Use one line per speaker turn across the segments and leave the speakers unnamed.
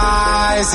eyes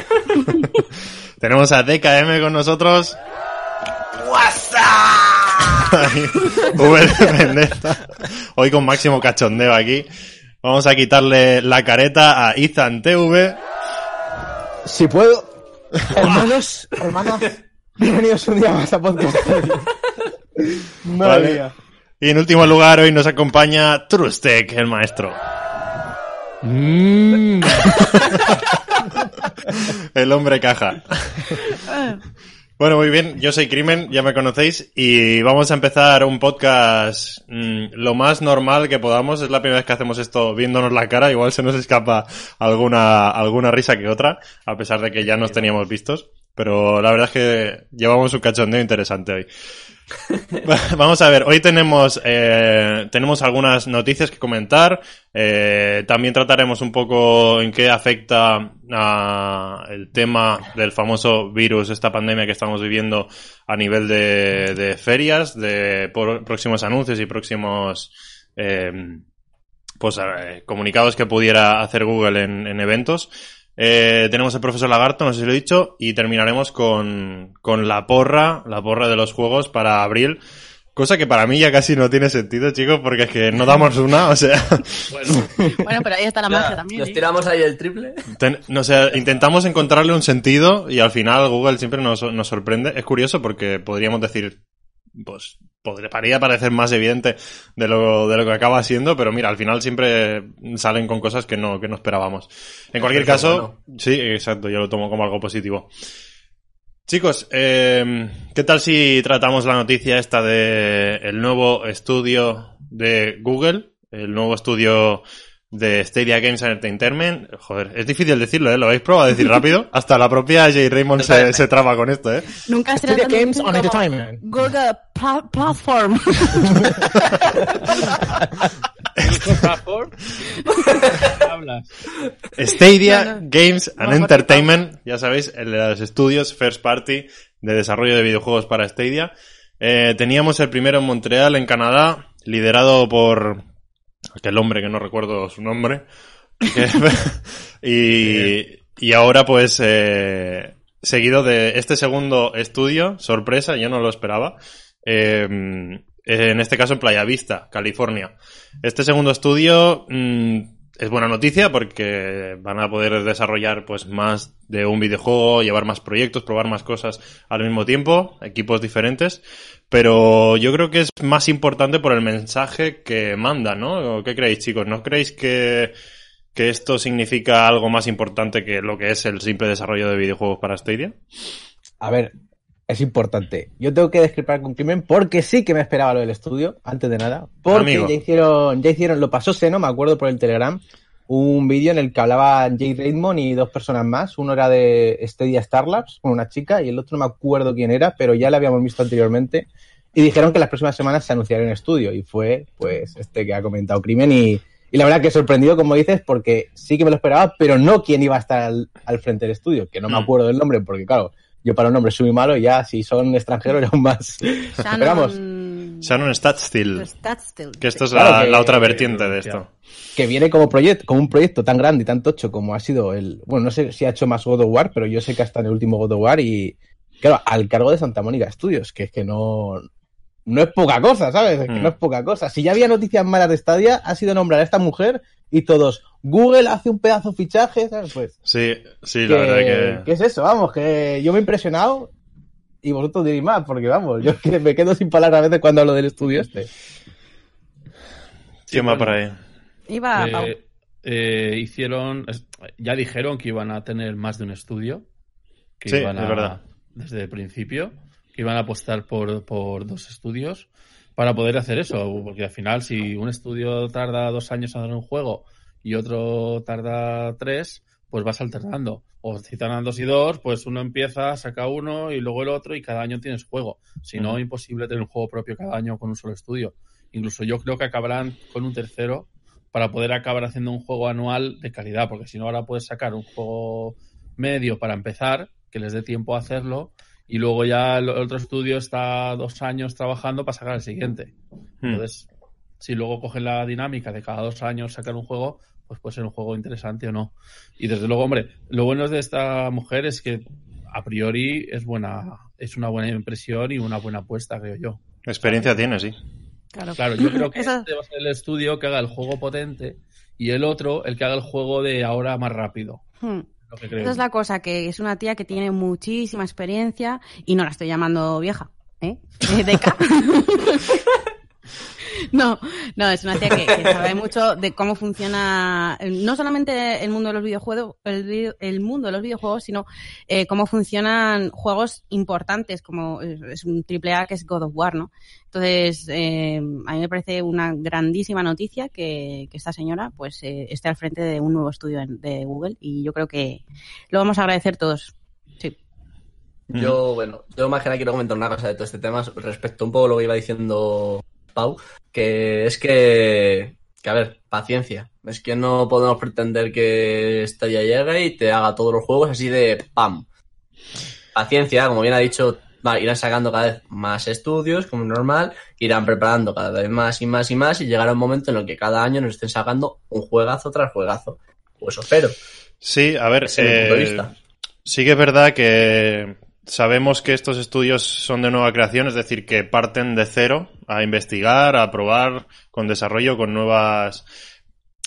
Tenemos a DKM con nosotros. Ahí, V de Vendetta. Hoy con máximo cachondeo aquí. Vamos a quitarle la careta a Ethan TV.
Si puedo. Hermanos, hermanos, bienvenidos un día más a podcast.
Vale. Y en último lugar, hoy nos acompaña Trustek, el maestro. el hombre caja. Bueno, muy bien, yo soy Crimen, ya me conocéis, y vamos a empezar un podcast mm, lo más normal que podamos. Es la primera vez que hacemos esto viéndonos la cara, igual se nos escapa alguna, alguna risa que otra, a pesar de que ya nos teníamos vistos. Pero la verdad es que llevamos un cachondeo interesante hoy. Va- Vamos a ver, hoy tenemos, eh, tenemos algunas noticias que comentar. eh, también trataremos un poco en qué afecta a el tema del famoso virus, esta pandemia que estamos viviendo a nivel de, de ferias, de por- próximos anuncios y próximos eh, pues, eh, comunicados que pudiera hacer Google en, en eventos. Eh, tenemos el profesor Lagarto, no sé si lo he dicho, y terminaremos con, con la porra, la porra de los juegos para abril. Cosa que para mí ya casi no tiene sentido, chicos, porque es que no damos una, o sea,
Bueno, pero ahí está la magia también.
Nos
¿eh?
tiramos ahí el triple.
ten- no, o sea, intentamos encontrarle un sentido y al final Google siempre nos, nos sorprende. Es curioso porque podríamos decir, pues, podría, podría parecer más evidente de lo, de lo que acaba siendo, pero mira, al final siempre salen con cosas que no, que no esperábamos. En cualquier
Eso es
caso, sí, exacto, yo lo tomo como algo positivo. Chicos, eh, ¿qué tal si tratamos la noticia esta de el nuevo estudio de Google? El nuevo estudio de Stadia Games and Entertainment. Joder, es difícil decirlo, ¿eh? Lo habéis probado a decir rápido. Hasta la propia J. Raymond se, se traba con esto, ¿eh?
Nunca será
Video
tan
games
difícil
on
como
entertainment.
Google Pla- Platform.
Hablas.
Stadia
No, no.
Games and
Vamos,
Entertainment, ya sabéis, el de los estudios First Party de desarrollo de videojuegos para Stadia. Eh, teníamos el primero en Montreal, en Canadá, liderado por aquel hombre que no recuerdo su nombre. que- y, y ahora pues eh, seguido de este segundo estudio, sorpresa, yo no lo esperaba, eh, en este caso en Playa Vista, California. Este segundo estudio mm, es buena noticia porque van a poder desarrollar pues más de un videojuego, llevar más proyectos, probar más cosas al mismo tiempo, equipos diferentes, pero yo creo que es más importante por el mensaje que manda, ¿no? ¿O ¿Qué creéis, chicos? ¿No creéis que que esto significa algo más importante que lo que es el simple desarrollo de videojuegos para Stadia?
A ver, es importante. Yo tengo que discrepar con Crimen porque sí que me esperaba lo del estudio, antes de nada. Porque
Amigo.
ya hicieron, ya hicieron, lo pasó Seno, me acuerdo por el Telegram, un vídeo en el que hablaban Jay Raymond y dos personas más. Uno era de Stadia Starlabs, con una chica, y el otro no me acuerdo quién era, pero ya la habíamos visto anteriormente. Y dijeron que las próximas semanas se anunciaría un estudio. Y fue, pues, este que ha comentado Crimen. Y, y la verdad que sorprendido, como dices, porque sí que me lo esperaba, pero no quién iba a estar al, al frente del estudio, que no me
Mm.
acuerdo del nombre, porque claro, yo para un nombre soy muy malo y ya si son extranjeros era aún más. Pero vamos,
Shannon... Pues
Shannon Statstill.
Statstill.
Que esto es
Pues, Claro
la,
que-
la otra vertiente de esto.
que viene como proyecto, como un proyecto tan grande y tan tocho como ha sido el. Bueno, no sé si ha hecho más God of War, pero yo sé que hasta en el último God of War y. Claro, al cargo de Santa Mónica Studios, que es que no. No es poca cosa, ¿sabes? Es que
Mm.
no es poca cosa. Si ya había noticias malas de Stadia, ha sido nombrar a esta mujer y todos. Google hace un pedazo de fichaje, ¿sabes? Pues.
Sí, sí,
que,
la verdad
que
que.
es eso? Vamos, que yo me he impresionado y vosotros diréis más, porque vamos, yo que me quedo sin palabras a veces cuando hablo del estudio este.
¿Quién va por ahí?
Iba a Pau.
Eh, eh, hicieron, es- ya dijeron que iban a tener más de un estudio. Que
Sí,
iban
es
a-
verdad.
Desde el principio, que iban a apostar por, por dos estudios para poder hacer eso. Porque al final, si un estudio tarda dos años en hacer un juego y otro tarda tres, pues vas alternando. O si tardan dos y dos, pues uno empieza, saca uno y luego el otro y cada año tienes juego. Si no,
Ujú.
imposible tener un juego propio cada año con un solo estudio. Incluso yo creo que acabarán con un tercero para poder acabar haciendo un juego anual de calidad, porque si no ahora puedes sacar un juego medio para empezar, que les dé tiempo a hacerlo, y luego ya el otro estudio está dos años trabajando para sacar el siguiente.
Hmm.
Entonces, si luego cogen la dinámica de cada dos años sacar un juego, pues puede ser un juego interesante o no. Y desde luego, hombre, lo bueno de esta mujer es que a priori es buena, es una buena impresión y una buena apuesta, creo yo.
Experiencia tiene, sí.
Claro.
Claro, yo creo que
Esa-
este va a ser el estudio que haga el juego potente y el otro el que haga el juego de ahora más rápido.
Hmm.
Lo que creo.
Esa es la cosa, que es una tía que tiene muchísima experiencia y no la estoy llamando vieja, ¿eh? Eh, Deca. No, no, es una tía que, que sabe mucho de cómo funciona eh, no solamente el mundo de los videojuegos, el, vi- el mundo de los videojuegos, sino eh, cómo funcionan juegos importantes como eh, es un triple A que es God of War, ¿no? Entonces, eh, a mí me parece una grandísima noticia que, que esta señora pues eh, esté al frente de un nuevo estudio en- de Google y yo creo que lo vamos a agradecer todos. Sí.
Yo, bueno, yo más que nada quiero comentar una cosa de todo este tema respecto un poco a lo que iba diciendo Pau, que es que, que a ver, paciencia. Es que no podemos pretender que esta ya llegue y te haga todos los juegos así de pam. Paciencia, como bien ha dicho, va, irán sacando cada vez más estudios, como normal, irán preparando cada vez más y más y más y llegará un momento en el que cada año nos estén sacando un juegazo tras juegazo. Pues eso espero.
Sí, a ver.
Ese es mi punto de
eh,
vista.
sí que es verdad que sabemos que estos estudios son de nueva creación, es decir, que parten de cero a investigar, a probar, con desarrollo, con nuevas.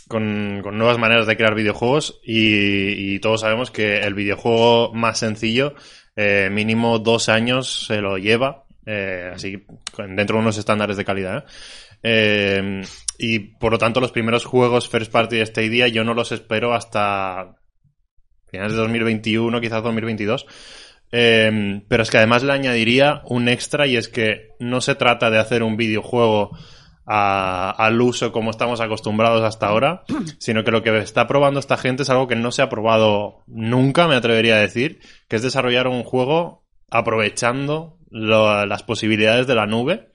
Con, con nuevas maneras de crear videojuegos y, y todos sabemos que el videojuego más sencillo eh, mínimo dos años se lo lleva eh, así con- dentro de unos estándares de calidad ¿eh? Eh, y por lo tanto los primeros juegos first party de este día yo no los espero hasta finales de 2021, quizás 2022. Eh, pero es que además le añadiría un extra y es que no se trata de hacer un videojuego a- al uso como estamos acostumbrados hasta ahora, sino que lo que está probando esta gente es algo que no se ha probado nunca, me atrevería a decir, que es desarrollar un juego aprovechando lo- las posibilidades de la nube.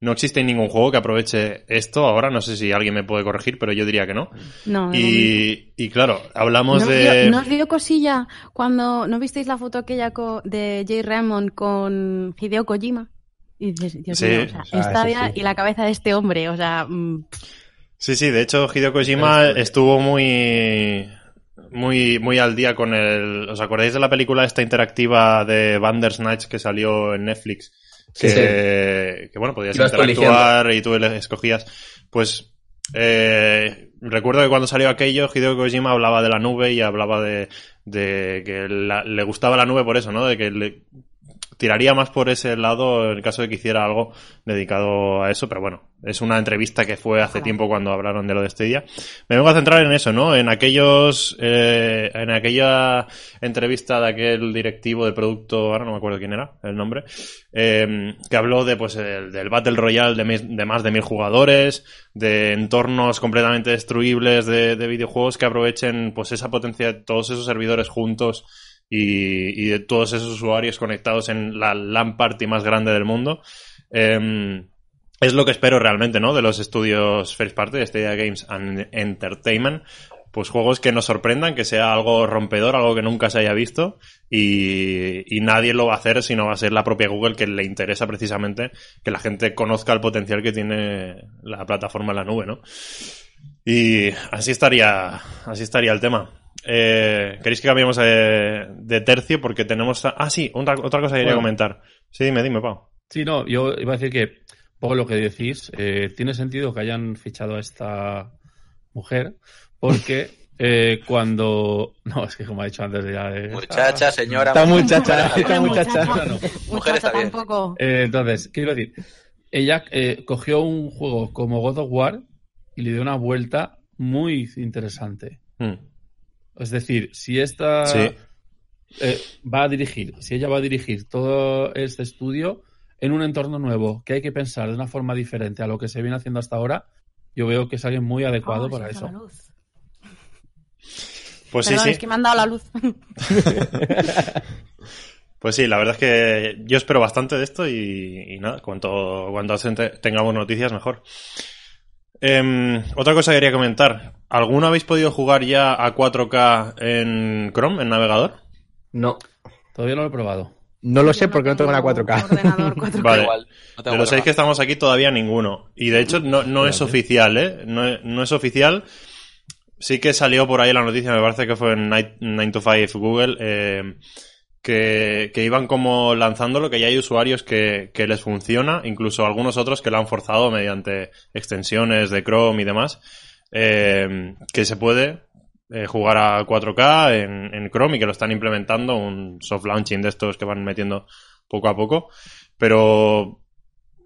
No existe ningún juego que aproveche esto ahora, no sé si alguien me puede corregir, pero yo diría que no.
No, de momento.
Y, y claro, hablamos
¿No os
de...
dio- ¿no os dio cosilla cuando no visteis la foto aquella co- de Jay Raymond con Hideo Kojima? Y dices, Dios
Sí.
mío, o sea,
Ah, sí,
Stadia
sí.
y la cabeza de este hombre, o sea, mm,
Sí, sí, de hecho Hideo Kojima estuvo muy muy muy al día con el... ¿Os acordáis de la película esta interactiva de Bandersnatch que salió en Netflix?
Sí,
que,
sí.
que, bueno, podías
Ibas tú
interactuar y tú ele- escogías. Pues eh, recuerdo que cuando salió aquello, Hideo Kojima hablaba de la nube y hablaba de, de que la- le gustaba la nube por eso, ¿no? De que le tiraría más por ese lado en caso de que hiciera algo dedicado a eso, pero bueno, es una entrevista que fue hace
Ojalá.
tiempo cuando hablaron de lo de este día. Me vengo a centrar en eso, ¿no? En aquellos, eh, en aquella entrevista de aquel directivo de producto, ahora no me acuerdo quién era el nombre, eh, que habló de pues el- del Battle Royale de, mis- de más de mil jugadores, de entornos completamente destruibles de, de videojuegos que aprovechen pues esa potencia de todos esos servidores juntos y, y de todos esos usuarios conectados en la LAN party más grande del mundo. Em, es lo que espero realmente, ¿no? De los estudios First Party, de Stadia Games and Entertainment. Pues juegos que nos sorprendan, que sea algo rompedor, algo que nunca se haya visto y, y nadie lo va a hacer sino va a ser la propia Google que le interesa precisamente que la gente conozca el potencial que tiene la plataforma en la nube, ¿no? Y así estaría, así estaría el tema. Eh, ¿Queréis que cambiemos eh, de tercio? Porque tenemos... a- Ah, sí, otra, otra cosa que quería
Bueno.
comentar. Sí, dime, dime, Pau.
Sí, no, yo iba a decir que un poco lo que decís, eh, tiene sentido que hayan fichado a esta mujer, porque eh, cuando. No, es que como ha dicho antes ya. eh,
Muchacha, señora.
Esta muchacha,
Una
esta muchacha.
Ahora no.
Mujer está
Muchacha
bien.
tampoco.
Eh, entonces, quiero decir, ella eh, cogió un juego como God of War y le dio una vuelta muy interesante.
Mm,
Es decir, si esta
Sí.
eh, va a dirigir, si ella va a dirigir todo este estudio en un entorno nuevo, que hay que pensar de una forma diferente a lo que se viene haciendo hasta ahora, yo veo que es alguien muy adecuado
Ah,
para
se hizo
eso.
la luz.
Pues
Perdón,
sí,
es
sí.
que me han dado la luz.
Pues sí, la verdad es que yo espero bastante de esto y, y nada, cuanto, cuanto antes te- tengamos noticias, mejor. Em, otra cosa que quería comentar. ¿Alguno habéis podido jugar ya a 4K en Chrome, en navegador?
No.
Todavía no lo he probado.
No lo sé porque no tengo una
un
4K.
Ordenador 4K.
Vale.
Igual, no tengo
De los seis que
problema.
estamos aquí, todavía ninguno. Y de hecho, no, no es
Fíjate.
oficial, ¿eh? No, es- no es oficial. Sí que salió por ahí la noticia, me parece que fue en 9 to 5 Google, eh, que, que iban como lanzándolo, que ya hay usuarios que, que les funciona, incluso algunos otros que la han forzado mediante extensiones de Chrome y demás, eh, que se puede eh, jugar a 4K en, en Chrome y que lo están implementando, un soft launching de estos que van metiendo poco a poco. Pero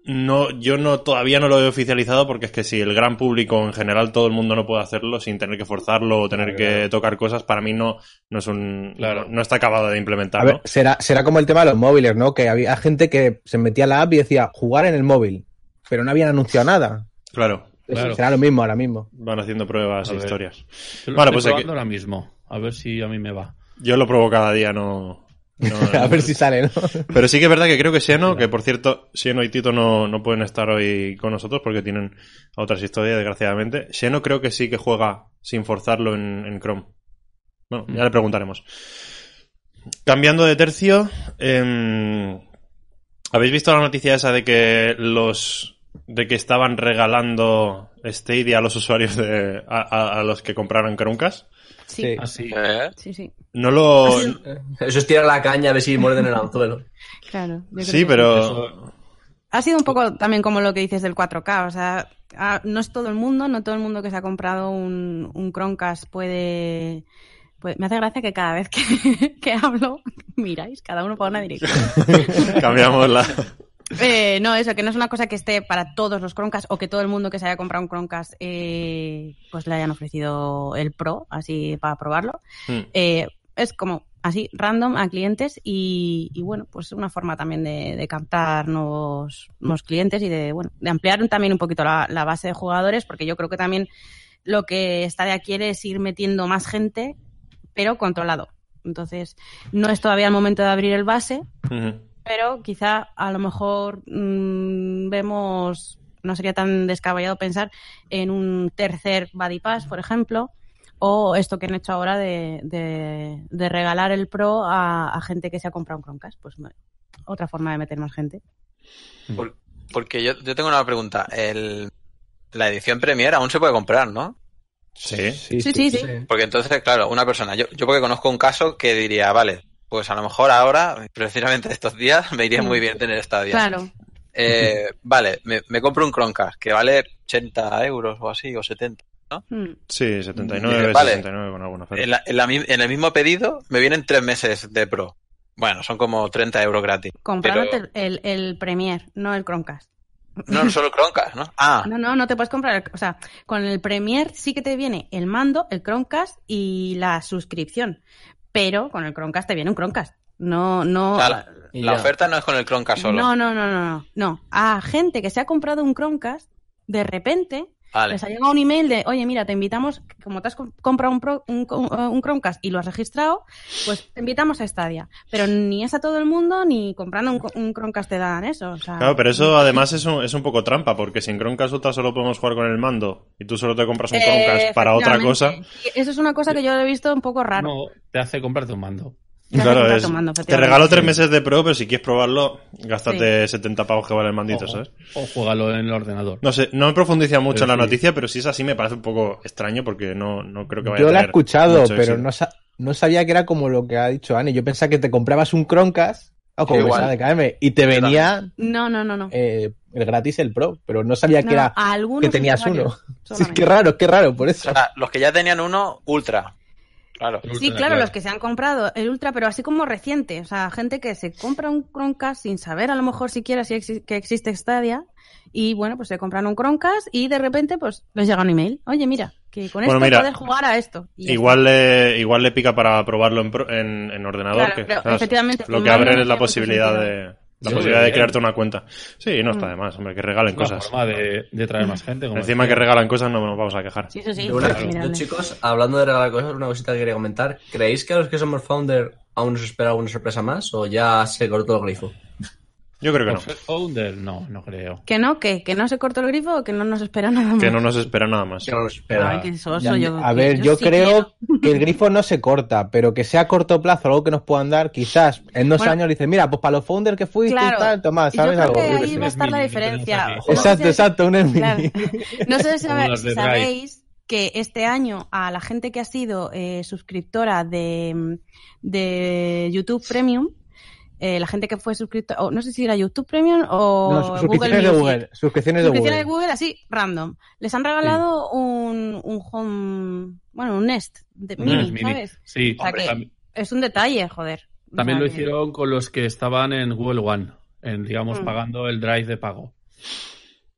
no, yo no, todavía no lo he oficializado porque es que si el gran público en general, todo el mundo no puede hacerlo sin tener que forzarlo o tener que tocar cosas, para mí no, no es un,
Claro.
no está acabado de
A
implementar,
ver,
¿no?
será, será como el tema de los móviles, ¿no? Que había gente que se metía a la app y decía jugar en el móvil, pero no habían anunciado nada.
Claro,
Claro.
Será lo mismo ahora mismo.
van haciendo pruebas
A
e
ver.
historias.
Yo lo
Vale,
estoy
pues
probando
aquí-
ahora mismo, a ver si a mí me va.
Yo lo pruebo cada día, no. no-
A ver si sale, ¿no?
Pero sí que es verdad que creo que Sieno, que por cierto, Sieno y Tito no, no pueden estar hoy con nosotros porque tienen otras historias, desgraciadamente. Sieno creo que sí que juega sin forzarlo en, en Chrome. Bueno, ya le preguntaremos. Cambiando de tercio, em, ¿habéis visto la noticia esa de que los de que estaban regalando Stadia a los usuarios de a, a- a los que compraron Chromecast?
Sí,
Así.
É.
¿Eh?
sí, sí.
No lo
Ah, Eh, Eso es tirar la caña a ver si muerden el anzuelo.
Claro. yo creo
sí,
que-
pero
Ha sido un poco también como lo que dices del 4K, o sea, ah, no es todo el mundo, no todo el mundo que se ha comprado un, un Chromecast puede, puede- Me hace gracia que cada vez que, que hablo, miráis, cada uno para una dirección.
cambiamos la
Eh, no, eso, que no es una cosa que esté para todos los Chromecast o que todo el mundo que se haya comprado un Chromecast eh, pues le hayan ofrecido el Pro, así para probarlo.
Hmm.
Eh, es como así, random a clientes y, y, bueno, pues una forma también de, de captar nuevos, nuevos clientes y de, bueno, de ampliar también un poquito la, la base de jugadores porque yo creo que también lo que Stadia quiere es ir metiendo más gente, pero controlado. Entonces, no es todavía el momento de abrir el base,
Ujú.
pero quizá a lo mejor mm, vemos, no sería tan descabellado pensar en un tercer Buddy Pass, por ejemplo, o esto que han hecho ahora de, de- de regalar el Pro a, a gente que se ha comprado un Chromecast, pues bueno, otra forma de meter más gente.
Porque yo, yo tengo una pregunta. El, la edición Premier aún se puede comprar, ¿no?
Sí.
Sí, sí, sí.
Porque entonces, claro, una persona, yo, yo porque conozco un caso que diría, vale, pues a lo mejor ahora, precisamente estos días, me iría
Sí.
muy bien tener esta día.
Claro,
Eh, vale, me, me compro un Chromecast que vale 80 euros o así, o 70.
Mm,
Sí, 79,
Eh, vale.
69 con alguna oferta.
En, la- en la mi- en el mismo pedido me vienen tres meses de Pro. Bueno, son como 30 euros gratis.
comprándote el, el Premier, no el Chromecast.
No, no solo Chromecast, ¿no? Ah,
No, no, no te puedes comprar. el- O sea, con el Premier sí que te viene el mando, el Chromecast y la suscripción. Pero con el Chromecast te viene un Chromecast. No, no.
o sea, la,
Y
la
ya.
oferta no es con el Chromecast solo.
No, no, no, no, no. No. A gente que se ha comprado un Chromecast, de repente
Vale.
Les ha llegado un email de, oye, mira, te invitamos, como te has com- comprado un, pro- un co- un Chromecast y lo has registrado, pues te invitamos a Stadia. Pero ni es a todo el mundo, ni comprando un, co- un Chromecast te dan eso. o sea,
Claro, pero eso además es un, es un poco trampa, porque sin Chromecast Ultra solo podemos jugar con el mando y tú solo te compras un
eh,
Chromecast para otra cosa.
efectivamente. Y Eso es una cosa que yo he visto un poco raro.
No, te hace comprarte un mando.
Te hace
Claro,
comprar
es-
tu mando,
te
efectivamente.
regalo tres meses de pro, pero si quieres probarlo, gástate 70 pavos que vale el mandito,
o,
¿sabes?
o juégalo en el ordenador.
No sé, no me profundiza mucho en
Pero
la
sí.
noticia, pero si es así me parece un poco extraño porque no, no creo que vaya a
Yo la he
tener
escuchado,
mucho
pero
éxito.
no, sa- no sabía que era como lo que ha dicho Ani. Yo pensaba que te comprabas un Croncast o como
Yo igual.
esa de KM, y te venía
No, no, no, no.
eh, el gratis el Pro, pero no sabía
No,
que era
a algunos
que tenías uno.
usuarios
Sí,
solamente.
qué raro, qué raro, por
O
eso.
sea, los que ya tenían uno, ultra. Claro.
Sí, claro, los que se han comprado el Ultra, pero así como reciente. O sea, gente que se compra un Chromecast sin saber a lo mejor siquiera si exi- que existe Stadia. Y bueno, pues se compran un Chromecast y de repente pues les llega un email. Oye, mira, que con
Bueno,
esto
mira,
puedes jugar a esto. Y ya
Igual le, igual le pica para probarlo en, pro- en- en ordenador.
Claro,
que,
pero
¿sabes?
efectivamente,
Lo que
firmando
abre
no
es la
tiene mucho
posibilidad
sentido.
de, la
Sí,
posibilidad de
bien.
crearte una cuenta. Sí, no está
Mm.
de más, hombre, que regalen
Una
cosas.
forma de, de traer más gente. Como
Encima que
decía.
regalan cosas no nos vamos a quejar.
está. Sí, eso sí.
Yo, una-
es admirable.
yo, chicos, hablando de regalar cosas, una cosita que quería comentar. ¿Creéis que a los que somos founder aún nos espera alguna sorpresa más o ya se cortó el grifo?
Yo creo que no.
Pues, Founder, no, no creo.
¿Que no? ¿Que, ¿Que no se cortó el grifo o que no nos espera nada más?
Que no nos espera nada más.
Que no nos
Ay,
espera.
qué soso,
Ya,
yo,
a ver, yo,
sí quiero.
creo que el grifo no se corta, pero que sea a corto plazo, algo que nos puedan dar, quizás en dos
Bueno.
años le dicen, mira, pues para los founders que fuiste
Claro.
y tal, toma,
Y Yo
¿sabes
creo
algo?
que
Yo qué
ahí
sé.
va a estar la
Mini, que tenemos
diferencia.
aquí.
No sé
Exacto,
si-
exacto, un envío.
Claro. No sé si,
Como
sabe-
las de
si
Drive.
sabéis que este año a la gente que ha sido eh, suscriptora de, de YouTube Premium, eh, la gente que fue suscriptora, o no sé si era YouTube Premium o
No, sus- suscripciones de
Music.
Google, suscripciones de
Suscripciones de
Google.
Google así, random. Les han regalado un, un home, bueno, un Nest de
Un
mini,
Nest Mini.
¿sabes?
Sí,
O sea que-
tam-
Es un detalle, joder. O
también
sea
lo
que-
hicieron con los que estaban en Google One, en, digamos,
Mm.
pagando el drive de pago.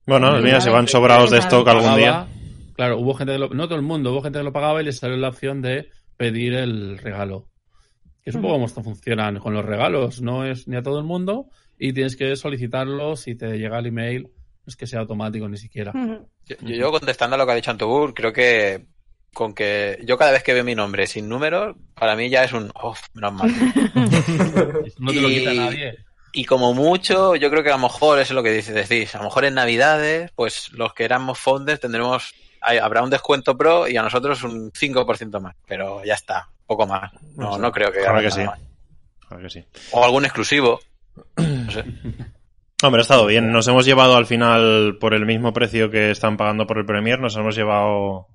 Bueno,
Sí,
mira,
vale.
se van sobrados de
Sí,
stock
vale.
algún día.
Pagaba- Claro, hubo gente que lo, no todo el mundo, hubo gente que lo pagaba y les salió la opción de pedir el regalo. Que es un
Ujú.
poco como esto funcionan con los regalos, no es ni a todo el mundo y tienes que solicitarlo si te llega el email, no es que sea automático ni siquiera.
Ujú.
Yo, yo- yo contestando a lo que ha dicho Antubur, creo que con que yo cada vez que veo mi nombre sin números, para mí ya es un oh, menos mal.
Mm.
No te lo
Y-
quita nadie.
Y como mucho, yo creo que a lo mejor eso es lo que dice- decís. A lo mejor en Navidades, pues los que éramos founders tendremos hay- habrá un descuento pro y a nosotros un 5% más, pero ya está, poco más. No, no creo que
Ojalá que
haga nada
sí.
más.
Claro Ah, que sí.
O algún exclusivo.
Hombre, ha estado bien. Nos hemos llevado al final, por el mismo precio que están pagando por el Premier, nos hemos llevado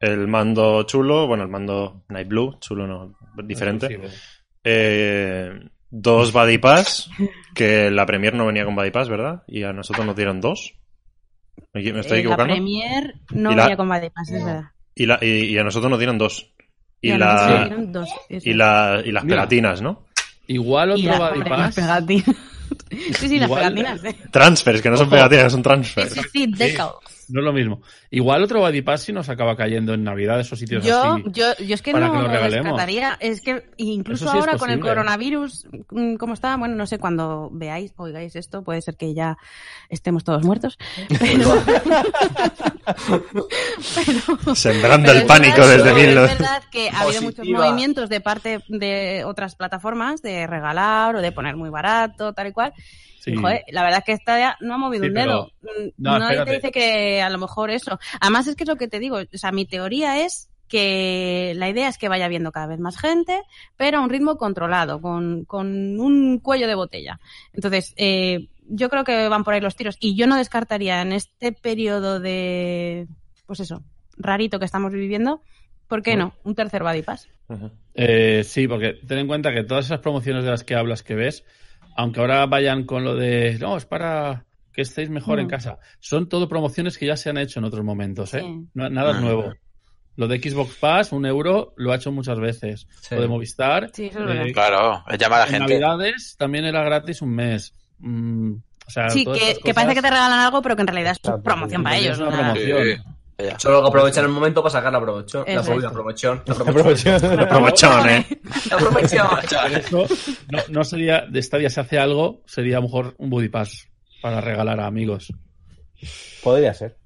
el mando chulo, bueno, el mando Night Blue, chulo no, diferente.
Exclusivo.
Eh, dos Buddy Pass, que la Premier no venía con Buddy Pass, ¿verdad? Y a nosotros nos dieron dos. ¿Me equi- me estoy
Eh, la
equivocando?
Premier no
Y la-
venía con Bad Pass, es verdad.
Y, la- y- y a nosotros nos dieron dos. Y,
Y a
la-
nosotros nos dieron dos, eso.
y, la- y las
Mira.
pelatinas, ¿no?
Igual
Y
otro
las-
Buddy
hombre,
Pass.
las pegatinas. sí, sí, las
Igual-
pegatinas. ¿eh?
Transfers, que no son
Ojo.
pelatinas, son
Sí,
transfers.
sí, sí, decals.
No es lo mismo. Igual otro Buddy Pass si nos acaba cayendo en Navidad, esos sitios
Yo,
así.
yo, yo es que
para
no
que lo
lo
regalemos.
rescataría. Es que incluso
Eso sí es
ahora con el
posible.
coronavirus, mm, como está, bueno, no sé cuando veáis, oigáis esto, puede ser que ya estemos todos muertos. Pero, pero-
Sembrando
pero
el
es
pánico
verdad-
desde mil...
Es verdad que ha habido muchos
Positiva.
movimientos de parte de otras plataformas de regalar o de poner muy barato, tal y cual.
Sí.
Y, joder, la verdad es que esta ya no ha movido
Sí,
un
pero-
dedo. Mm,
No,
No, Nadie
espérate.
te dice que a lo mejor eso. Además, es que es lo que te digo. O sea, mi teoría es que la idea es que vaya viendo cada vez más gente, pero a un ritmo controlado, con, con un cuello de botella. Entonces, eh, yo creo que van por ahí los tiros. Y yo no descartaría en este periodo de, pues eso, rarito que estamos viviendo, ¿por qué no? Un tercer Buddy Pass.
Ujú.
Eh, sí, porque ten en cuenta que todas esas promociones de las que hablas que ves, aunque ahora vayan con lo de no, es para que estéis mejor en
Mm.
casa, son todo promociones que ya se han hecho en otros momentos, ¿eh?
Sí.
No- nada
Ah.
nuevo. Lo de Xbox Pass, un euro, lo ha hecho muchas veces.
Sí.
Lo de Movistar,
Sí, eso es
eh,
verdad.
Claro, es llamar a la
en
gente.
Navidades también era gratis un mes. Mm, o sea,
Sí,
todas
que,
esas
que parece que
cosas,
te regalan algo, pero que en realidad es
Exacto,
promoción
en
para
realidad
ellos.
es una
nada.
promoción.
Sí, ya.
Solo hay que aprovechar el momento para sacar la promoción. La,
Eso es.
promoción, la promoción. La promoción.
Aprovecho.
Aprovechón, ¿eh?
La promoción.
por eso no, no sería, de esta día se hace algo, sería a lo mejor un Buddy Pass para regalar a amigos.
Podría ser.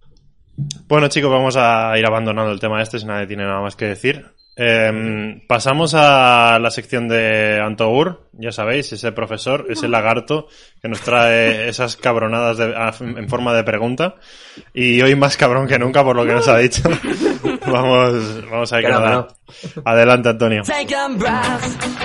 Bueno, chicos, vamos a ir abandonando el tema este si nadie tiene nada más que decir. Eh, pasamos a la sección de Antour, ya sabéis, ese profesor, ese lagarto que nos trae esas cabronadas de- a- en forma de pregunta. Y hoy más cabrón que nunca por lo que nos ha dicho. vamos, vamos a ver qué
Claro,
nos da. Adelante, Antonio.
Take a breath,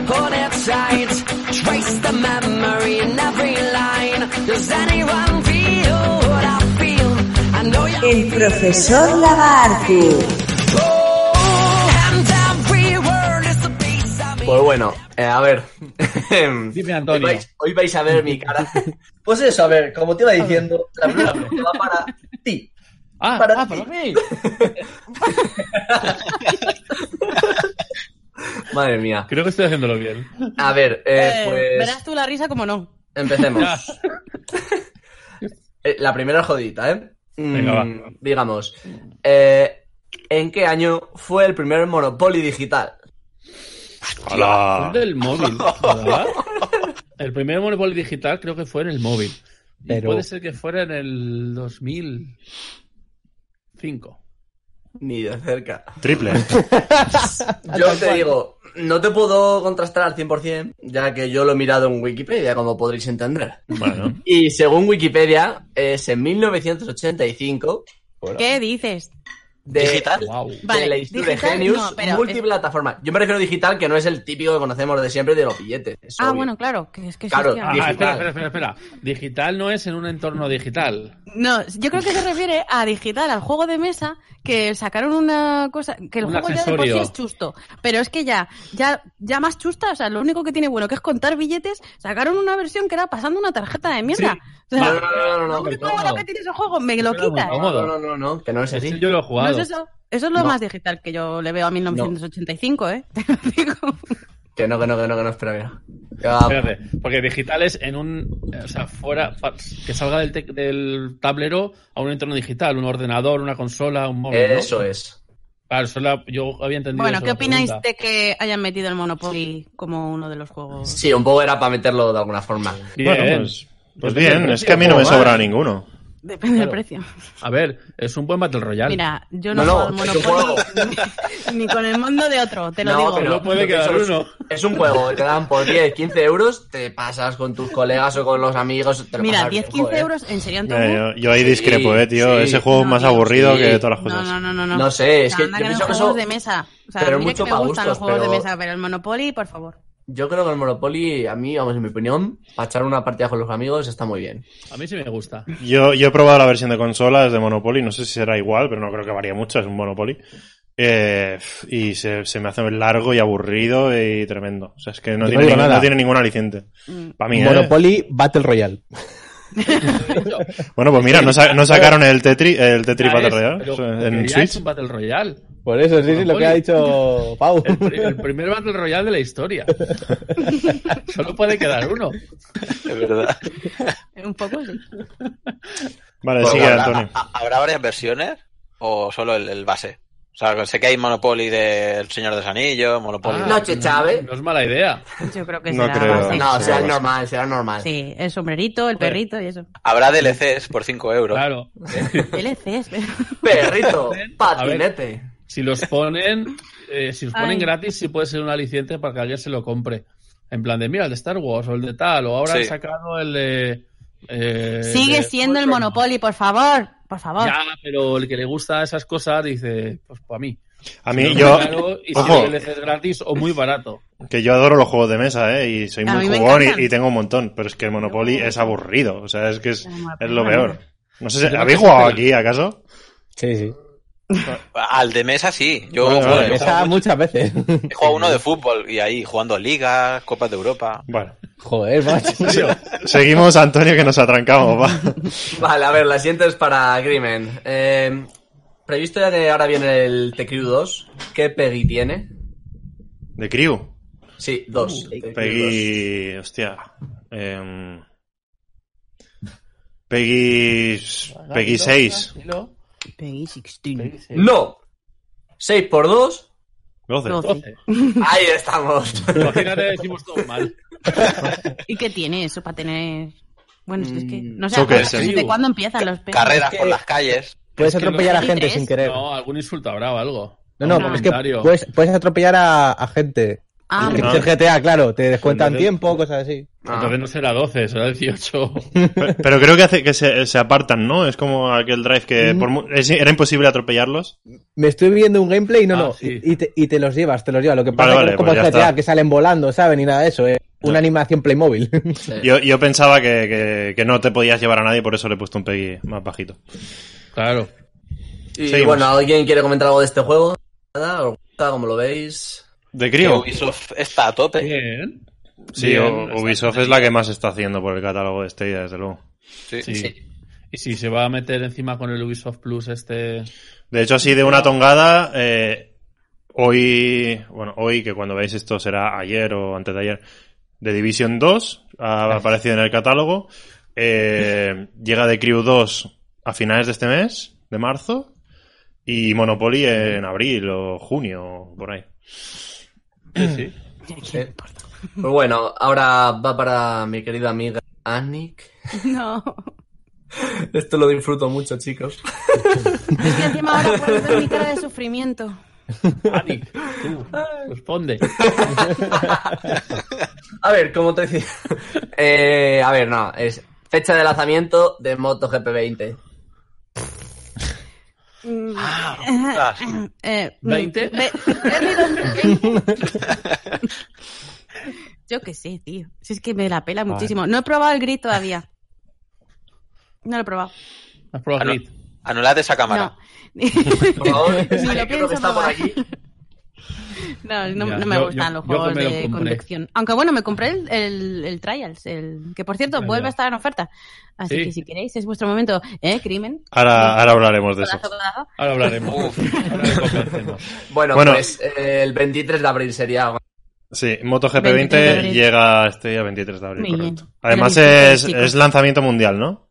hold it tight. Trace the memory in every line. Does anyone feel what I feel? I know you
El profesor Lagartu.
Oh, and every word is a piece of me.
Pues bueno, eh, a ver.
Dime, Antonio.
Hoy vais, hoy vais a ver mi cara. Pues eso, a ver, como te iba diciendo, la primera pregunta va para ti.
Ah,
Para
ah,
ti.
para mí.
Madre mía.
Creo que estoy haciéndolo bien.
A ver, eh,
Eh,
pues
Verás tú la risa como no.
Ya.
empecemos. Eh, La primera jodita, ¿eh?
Venga, va.
Mm, Digamos, eh, ¿en qué año fue el primer Monopoly digital?
Ah.
Fue el del móvil, ¿verdad? El primer Monopoly digital creo que fue en el móvil. Y
Pero-
puede ser que fuera en el 2005.
Ni de cerca.
Triple.
Yo te digo, no te puedo contrastar al 100%, ya que yo lo he mirado en Wikipedia, como podréis entender.
Bueno,
Y según Wikipedia, es en 1985
¿Qué dices?
de,
Digital.
Wow.
de
Vale,
la historia de
digital,
Genius
no, pero-
multiplataforma. Yo me refiero a digital, que no es el típico que conocemos de siempre de los billetes. es
Ah,
obvio.
bueno, claro, que es que
Claro,
existía.
digital.
Ah, espera, espera, espera, espera. Digital no es en un entorno digital.
No, yo creo que se refiere a digital, al juego de mesa, que sacaron una cosa, que el
Un
juego ya de por sí
accesorio.
es chusto, pero es que ya, ya, ya más chusta, o sea, lo único que tiene bueno que es contar billetes, sacaron una versión que era pasando una tarjeta de mierda. O sea,
No, no, no, no, no,
¿cómo
no,
te
no.
pago lo que tienes el juego? Me lo
Era muy
quitas.
cómodo.
no, no, no, no, que no es
Ese
así.
yo lo he
¿No
jugado.
es eso? Eso es lo
No.
más digital que yo le veo a 1985, ¿eh? Te lo digo.
Que no, que no, que no, que no, espera, mira. Ya,
Espérate, porque digital es en un. eh, O sea, fuera. pa- Que salga del, tec- del tablero a un entorno digital, un ordenador, una consola, un móvil. ¿no?
Eso es.
Claro, eso la- yo había entendido.
Bueno,
eso,
¿qué
la
opináis
pregunta.
de que hayan metido el Monopoly como uno de los juegos?
Sí, un poco era para meterlo de alguna forma.
Bien.
Bueno, pues, pues
Depende del
bien, es
precio,
que a mí no me
juego
sobra
mal.
ninguno.
Depende del
Claro.
precio.
A ver, es un buen Battle Royale.
Mira, yo no,
No,
juego al
no, es un
Monopoly ni, ni con el mundo de otro, te lo
No,
digo.
pero-
No puede quedar
eso es-
uno.
Es un juego, te dan por 10, 15 euros, te pasas con tus colegas o con los amigos. Te lo
Mira,
pasas
10,
bien,
15
joder.
euros, ¿en serio, Antonio?
Eh, yo, yo ahí discrepo, eh, tío.
sí.
Ese juego es
No,
más
tío,
aburrido
sí.
que todas las
No,
cosas.
no, no, no, no.
No sé, es que
Anda
yo
no
pienso que
juegos
eso.
de mesa. O sea,
pero
mira
mucho
que me
pa'
gustan
gustos,
los juegos de
pero-
mesa, pero el Monopoly, por favor.
Yo creo que el Monopoly, a mí, vamos, en mi opinión, para echar una partida con los amigos está muy bien.
A mí sí me gusta.
Yo, yo he probado la versión de consolas de Monopoly, no sé si será igual, pero no creo que varía mucho, es un Monopoly. Eh, y se, se me hace largo y aburrido y tremendo. O sea, es que no,
Yo no
tiene,
digo
ningún,
nada.
no tiene ningún aliciente. Para mí, ¿eh?
Monopoly Battle Royale.
Bueno, pues mira, no, sa- no sacaron el Tetris el Tetri
Ya
Battle
es,
Royale
pero-
eso,
pero
en
ya Es
Switch.
un Battle Royale.
Por eso, sí, sí, lo que ha dicho Pau.
El, pri- el primer Battle Royale de la historia. Solo puede quedar uno.
Es verdad.
Un poco sí.
Vale,
Pues
sigue,
¿habrá,
Antonio.
ha- ¿Habrá varias versiones o solo el, el base? O sea, sé que hay Monopoly del Señor de los Anillos, Monopoly...
Ah,
de-
Noche, Chávez.
No es mala idea.
Yo creo que
No
será
creo.
base.
No,
sí,
será
sí.
normal, será normal.
Sí, el sombrerito, el perrito y eso.
Habrá DLCs por 5 euros.
Claro.
DLCs, pero...
Perrito,
A ver.
patinete.
Si los ponen, eh, si los ponen
Ay.
gratis, sí puede ser un aliciente para que alguien se lo compre. En plan de, mira, el de Star Wars o el de tal, o ahora
Sí.
han sacado el de. eh,
Sigue
de-
siendo el Monopoly, por favor. Por favor.
Ya, pero el que le gusta esas cosas dice, pues para mí.
A mí,
No,
yo,
claro, y si
ojo,
el DLC es gratis o muy barato.
que yo adoro los juegos de mesa, ¿eh? Y soy
A
muy
mí me
jugón y,
encantan.
y tengo un montón, pero es que Monopoly es aburrido, o sea, es que es, es lo peor. No sé si,
Yo
¿habéis
creo que-
jugado aquí, acaso?
Sí, sí.
Al de mesa sí. Yo
Vale,
juego-
vale.
yo
Esa
juego,
pues,
mucho-
muchas veces.
he jugado uno de fútbol y ahí jugando ligas, copas de Europa.
Bueno,
Joder, macho.
seguimos, Antonio, que nos atrancamos, va.
Vale, a ver, la siguiente es para Grimen. Eh, previsto ya que ahora viene el The Crew 2, ¿qué Peggy tiene?
De Crew.
Sí, dos. The Crew
Peggy. Hostia. em, Peggy. Peggy 6.
Peggy 16.
2. No. 6 por 2.
12.
Doce.
Ahí estamos.
Imagínate, decimos todo mal.
¿Y qué tiene eso para tener...? Bueno, es que
Mm,
no sé
¿Eso qué
¿desde
es, eh?
cuándo empiezan los Peggy?
Carreras por las calles.
Puedes
Es que
atropellar
no-
a gente
23.
sin querer. No,
No, algún insulto habrá o algo.
no,
Algún
es que
comentario.
puedes, puedes atropellar a, a gente.
Ah,
Es que
no.
el GTA, claro, te descuentan
Entonces-
tiempo, cosas así.
Ah.
Entonces no será 12, será 18.
Pero, pero creo que hace que se, se apartan, ¿no? Es como aquel drive que por mu- es- era imposible atropellarlos.
Me estoy viendo un gameplay y no,
Ah,
no.
sí.
Y, y te, y te los llevas, te los llevas. Lo que pasa
Vale,
es que
vale,
no es como
pues
el
ya
GTA,
está.
que salen volando, ¿saben? Ni nada de eso. eh. Una
No.
animación Playmobil.
Yo, yo pensaba que, que- que no te podías llevar a nadie, por eso le he puesto un Peggy más bajito.
Claro.
Y
Seguimos.
bueno, ¿alguien quiere comentar algo de este juego? Nada, ¿os gusta? ¿Cómo lo veis?
¿De
Que
crío?
Ubisoft está a tope.
Bien.
Sí,
Bien,
U-
bastante
Ubisoft es la que más está haciendo por el catálogo de este, desde luego.
Sí. Y si se va a meter encima con el Ubisoft Plus este...
De hecho, así de una tongada, eh, hoy, bueno, hoy, que cuando veáis esto será ayer o antes de ayer, de Division 2
Ah.
ha aparecido en el catálogo. Eh, llega The Crew 2 a finales de este mes, de marzo, y Monopoly en abril o junio, o por ahí.
Sí, sí.
Sí. Pues bueno, ahora va para mi querida amiga Anik.
No.
Esto lo disfruto mucho, chicos.
Es que encima ahora puedes ver mi cara de sufrimiento.
Ani, tú, responde.
A ver, ¿cómo te decía? Eh, a ver, no, es fecha de lanzamiento de MotoGP 20.
Mm,
Ah,
eh, mm,
¿Veinte?
ve- eh, mira, Yo qué sé, tío. Si es que me la pela muchísimo. No he probado el grid todavía. No lo he probado.
Has probado
Ano-
Grid.
Anulad esa cámara.
No. no,
Por favor,
Ni lo
creo
pienso
que está por
probar.
aquí.
no-
Ya,
no me
yo-
gustan
yo-
los
yo
juegos
que me lo
de
compré.
conducción. Aunque bueno, me compré el, el- el Trials, el, que por cierto
Ah,
vuelve
ya.
a estar en oferta. Así
Sí.
que si queréis, es vuestro momento. ¿Eh? Crimen.
Ahora, ahora hablaremos de eso.
Codazo, codazo.
Ahora hablaremos.
Uf.
Ahora le convencemos.
Bueno,
Bueno.
pues eh, el 23 de abril sería.
Sí, MotoGP
23 de
20
abril.
llega este día 23 de abril,
Muy bien.
correcto. Además
Ahora
es,
mismo, chicos.
es lanzamiento mundial, ¿no?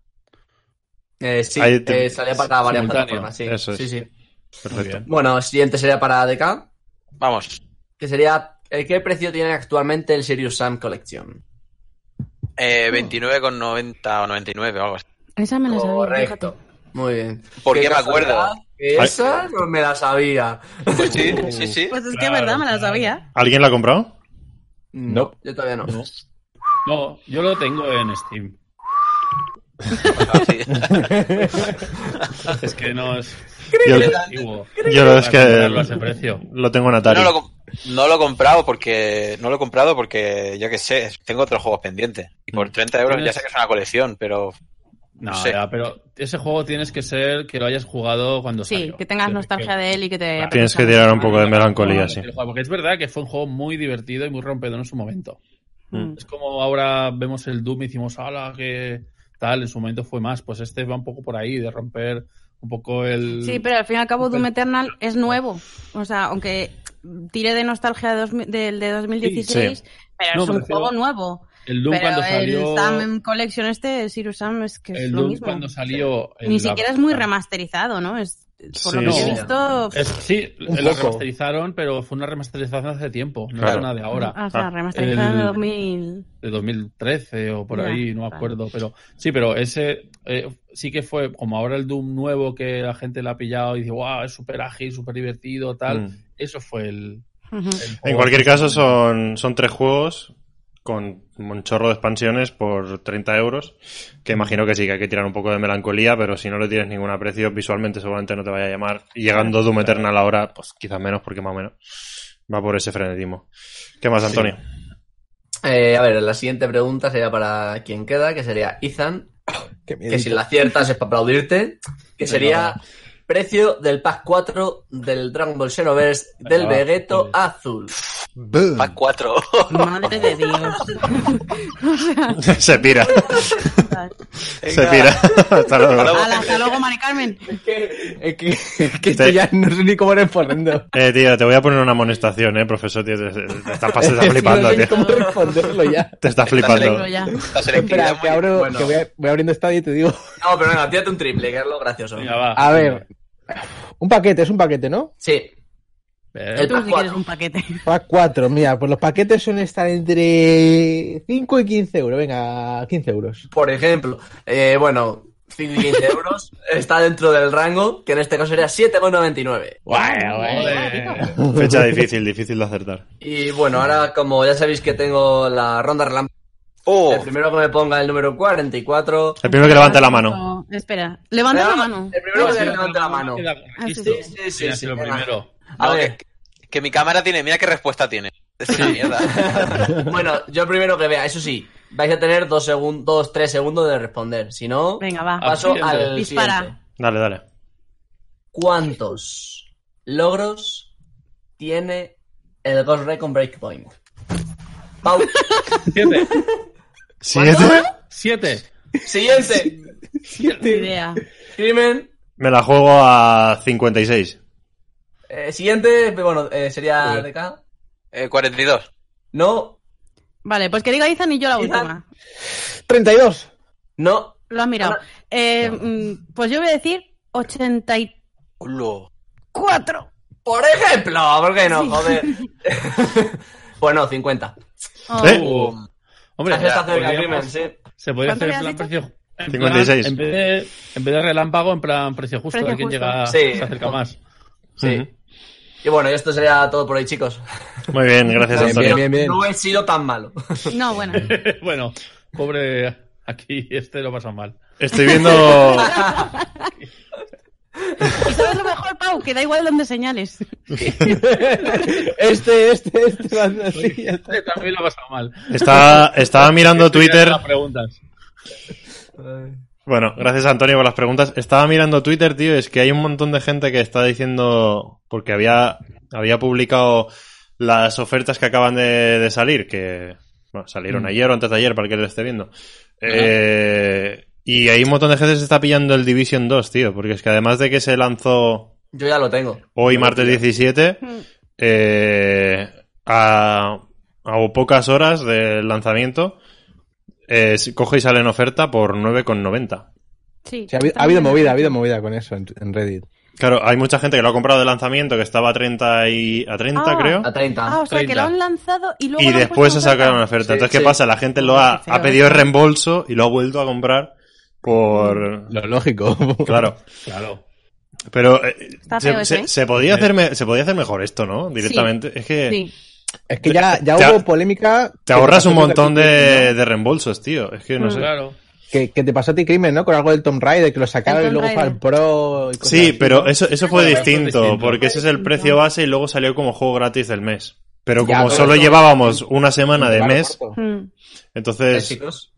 Eh, sí,
Ahí te-
eh, salía para varias
simultáneo,
plataformas, sí.
eso es.
sí, sí.
Muy
Perfecto.
bien.
Bueno, el siguiente sería para DK,
Vamos.
que sería. eh, ¿Qué precio tiene actualmente el Serious Sam Collection?
Eh, 29,90 o 99 o algo así.
Esa me la sabía.
Correcto. Muy bien.
¿Por qué me
casualidad
acuerdo?
que
Ay.
Esa no me la sabía.
Pues sí, sí, sí.
Pues es que es
Claro,
verdad, me la
claro.
sabía.
¿Alguien la ha comprado?
No, yo todavía no.
No. No, yo lo tengo en Steam.
Así.
Es que no es...
Yo,
es antiguo.
yo
Para
es que
comprarlo a ese precio.
lo tengo en
No
Atari.
lo, com- no lo he comprado porque no lo he comprado porque yo que sé, tengo otros juegos pendientes. Y por 30 euros ya sé que es una colección, pero
No,
No sé.
ya, pero ese juego tienes que ser que lo hayas jugado cuando
Sí,
salió.
que tengas
Que-
nostalgia
que-
de él y que te...
Claro.
Tienes que
apetezca
tirar un
mucho
poco de
más.
melancolía, sí.
Porque- Porque es verdad que fue un juego muy divertido y muy rompedor en su momento.
Mm.
Es como ahora vemos el Doom y decimos, ala, que tal, en su momento fue más. Pues este va un poco por ahí, de romper un poco el.
Sí, pero al fin y al cabo Doom Eternal es nuevo. O sea, aunque tire de nostalgia de dos mi- del de 2016,
Sí,
pero
No,
es
me
un
refiero-
juego nuevo.
el Doom
pero
cuando
el
salió.
Sam Collection este, el Sirius Sam, es que es
el
lo
Doom
mismo.
cuando salió. en
Ni
la-
siquiera es muy remasterizado, ¿no? Es, por
Sí,
lo que
sí.
he visto...
Es- sí,
Un
lo
poco.
remasterizaron, pero fue una remasterización hace tiempo, no
Claro.
era una de ahora.
O sea,
Ah,
remasterizado
el-
en 2000...
de 2013 o por
Ya,
ahí, no me
vale.
acuerdo, pero sí, pero ese eh, sí que fue como ahora el Doom nuevo que la gente le ha pillado y dice, wow, es súper ágil, súper divertido, tal.
Mm.
Eso fue el...
Ujú.
el
En
juego.
cualquier caso, son, son tres juegos con un chorro de expansiones por 30 euros, que imagino que sí, que hay que tirar un poco de melancolía, pero si no le tienes ningún aprecio, visualmente seguramente no te vaya a llamar. Y llegando Doom Eternal ahora, pues quizás menos, porque más o menos va por ese frenetismo. ¿Qué más, Antonio?
Eh, a ver, la siguiente pregunta sería para quien queda, que sería Ethan,
Qué
que si la aciertas es para aplaudirte, que sería precio del pack 4 del Dragon Ball Xenoverse del
Venga, va,
Vegeto
joder.
azul.
Pack 4.
Madre de Dios.
Se pira, se
Venga.
pira. Hasta luego.
Hala, hasta luego, Mari Carmen.
Es que, es que esto ya no sé ni cómo responderlo.
Eh, tío, te voy a poner una amonestación, eh, profesor, tío. Te, te- te estás, pas- te estás
no
flipando,
sé ni
tío.
cómo responderlo ya.
Te estás
Pero
flipando.
ya.
Esta
Espera,
selectividad es
que,
muy-
abro,
bueno.
que voy, a- voy abriendo estadio y te digo.
No, pero venga, tírate un triple, que es lo gracioso.
Venga, va.
A ver. Un paquete, es un paquete, ¿no?
Sí,
Eh,
el-
Tú sí quieres un paquete.
Pack 4, mira, pues los paquetes suelen estar entre 5 y 15 euros. Venga, 15 euros.
por ejemplo. Eh, bueno, 15 euros, está dentro del rango, que en este caso sería 7,99.
Bueno,
Fecha difícil, difícil de acertar.
Y bueno, ahora como ya sabéis que tengo la ronda relámpago,
¡Oh!
el primero que me ponga el número 44.
El primero que levante la mano.
No, espera, levanta la mano.
Ah, El primero que me levante la mano.
Ah, sí,
Sí, sí, sí. sí,
lo
venga.
primero.
A
No,
ver,
Que, que mi cámara tiene, mira qué respuesta tiene. Es una mierda.
bueno, yo primero que vea, eso sí, vais a tener dos segundos, tres segundos de responder. Si no,
Venga, va.
Ah,
paso
siguiente.
al
Dispara.
siguiente.
Dale, dale.
¿Cuántos logros tiene el Ghost Recon Breakpoint? Pau,
Siete.
¿Siete?
Siete.
siguiente.
Ni idea.
Crimen.
Me la juego a 56.
Eh, siguiente, bueno, eh, sería de acá.
Eh, 42.
No,
Vale, pues que diga Izan y yo la
Izan.
última.
32.
no.
Lo has mirado.
Ahora-
Eh, mm, Pues yo voy a decir 84.
Culo.
Por ejemplo, ¿por qué no? Joder. bueno, 50.
Oh,
¿Eh?
Um, hombre,
Así está cerca,
podríamos-
Crimen, sí.
se podría
¿Cuánto
hacer
me
en
has
plan precio. en plan-
56.
En vez, de, en vez de relámpago, en plan precio justo,
Precio
a ver quién
justo.
llega
Sí.
se acerca más.
Sí.
Ujú.
Y bueno, esto sería todo por hoy, chicos.
Muy bien, gracias,
Bien,
Antonio.
bien, bien.
No he sido tan malo.
No, bueno.
bueno, pobre, aquí este lo pasa mal.
Estoy viendo.
¿Y sabes lo mejor, Pau? Que da igual donde señales.
Este, este, este. va a ser así, ya está.
Este también lo ha pasado mal. Este
Está, estaba mirando Twitter.
Las preguntas.
Bueno, gracias Antonio por las preguntas. Estaba mirando Twitter, tío, es que hay un montón de gente que está diciendo, porque había, había publicado las ofertas que acaban de, de salir, que bueno,
Mm.
salieron ayer o antes de ayer, para el que lo esté viendo. Eh, y hay un montón de gente que se está pillando el Division 2, tío, porque es que además de que se lanzó
Yo ya lo tengo.
hoy, martes 17, eh, a, a pocas horas del lanzamiento, eh, coge y sale en oferta por 9,90.
Sí,
Sí, ha, habido, ha habido movida, ha habido movida con eso en, en Reddit.
Claro, hay mucha gente que lo ha comprado de lanzamiento, que estaba a 30, y, a 30
Ah.
creo,
A 30.
Ah, o sea, que
30.
lo han lanzado y luego.
y
lo han
después
puesto
se
en
sacaron una
oferta.
oferta.
Sí,
Entonces, ¿qué
sí.
pasa? La gente lo ha,
Qué feo,
ha pedido
eso.
reembolso y lo ha vuelto a comprar por...
Mm.
Lo lógico.
Claro,
Claro.
pero eh,
Está feo
se,
eso,
se-
¿eh?
se podía hacer me- se podía hacer mejor esto, ¿no? Directamente. Es que
Sí.
Es que ya, ya
Te-
hubo polémica.
te ahorras un
que te pasó
montón
a ti,
de, de reembolsos, tío. Es que no
Mm.
sé.
Claro.
Que, que te pasó a ti crimen, ¿no? Con algo del Tomb Raider, que lo sacaron
El
y
Tomb
luego fue al
Raider.
Pro. y cosas
Sí,
así,
pero
¿no?
eso, eso fue
Eso es
distinto,
distinto.
porque ese es el precio base y luego salió como juego gratis del mes. Pero
Ya,
como
pero
solo
eso-
llevábamos una semana de
Claro,
mes,
corto.
Mm.
Eh,
entonces...
chicos,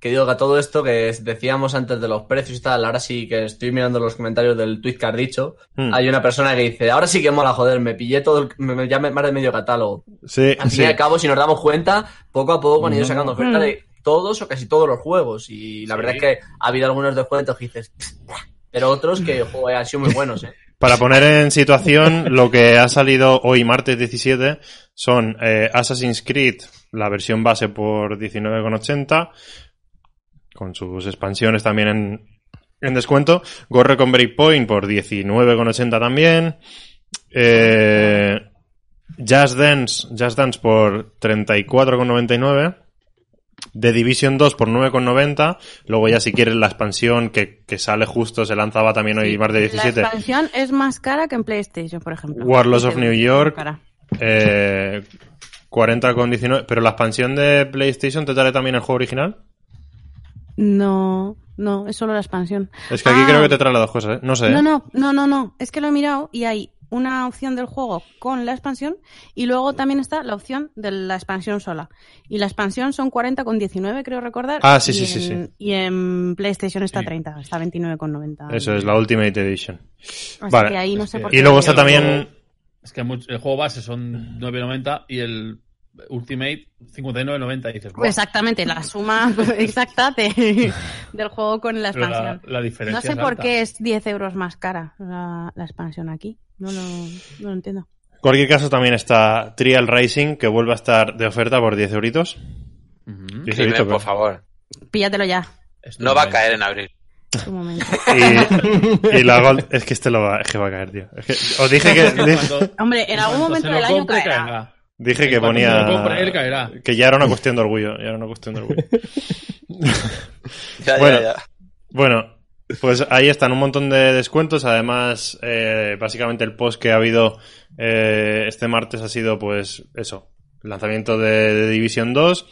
que digo que a todo esto que decíamos antes de los precios y tal, ahora sí que estoy mirando los comentarios del tweet que has dicho.
mm.
Hay una persona que dice, ahora sí que mola, joder, me pillé todo el, me, me- ya me- más de medio catálogo.
Sí,
Al fin
sí.
y al cabo, si nos damos cuenta, poco a poco han ido sacando ofertas
Mm.
de todos o casi todos los juegos. Y la verdad es que ha habido algunos descuentos que dices, pero otros que joder, han sido muy buenos, ¿eh?
Para poner en situación, lo que ha salido hoy martes 17 son eh, Assassin's Creed, la versión base por 19,80, con sus expansiones también en, en descuento. Gorre con Breakpoint por 19,80 también. Eh, Just Dance, Just Dance por 34,99. The Division 2 por 9,90. Luego ya si quieres la expansión que, que sale justo, se lanzaba también hoy martes 17.
La expansión es más cara que en PlayStation, por ejemplo.
Warlords of New York.
Cara.
Eh, 40 con 19. Pero la expansión de PlayStation te trae también el juego original.
No, no, es solo la expansión.
Es que aquí
Ah.
creo que te trae las dos cosas, ¿eh? No sé.
No,
¿eh?
no, no, no, no. Es que lo he mirado y hay una opción del juego con la expansión y luego también está la opción de la expansión sola. Y la expansión son 40 con 19, creo recordar.
Ah, sí,
y
sí, sí, sí.
en, Y en PlayStation está 30, está 29 con 90.
Eso es la Ultimate Edition.
Así
vale.
que ahí no sé por
Y
qué.
luego está también.
Es que mucho- el juego base son 9.90 y el Ultimate 59.90. Y dices, "Buah".
Exactamente, la suma exacta de- del juego con la
Pero la,
expansión.
la diferencia
No sé
es
por
alta.
qué es 10 euros más cara la, la expansión aquí. No lo, no lo entiendo.
En cualquier caso, también está Trial Racing, que vuelve a estar de oferta por 10 euritos.
Ujú.
10
Crimen,
euritos, ¿eh?
por
pero-
favor.
Píllatelo ya,
Esto
No va a
es-
caer en abril.
un momento.
Y, y la Gold. Es que este lo va, es que va a caer, tío. Es que os dije que, dije,
Cuando-
Hombre, en algún
cuanto
momento
se lo
del año
compre,
caerá.
caerá.
dije que
En cuanto se lo compre, él
ponía.
caerá.
Que ya era una cuestión de orgullo. Ya era una cuestión de orgullo.
Ya, ya,
Bueno.
ya.
Bueno, Pues ahí están un montón de descuentos. Además, eh, básicamente el post que ha habido eh, este martes ha sido, pues, eso, el lanzamiento de, de Division 2.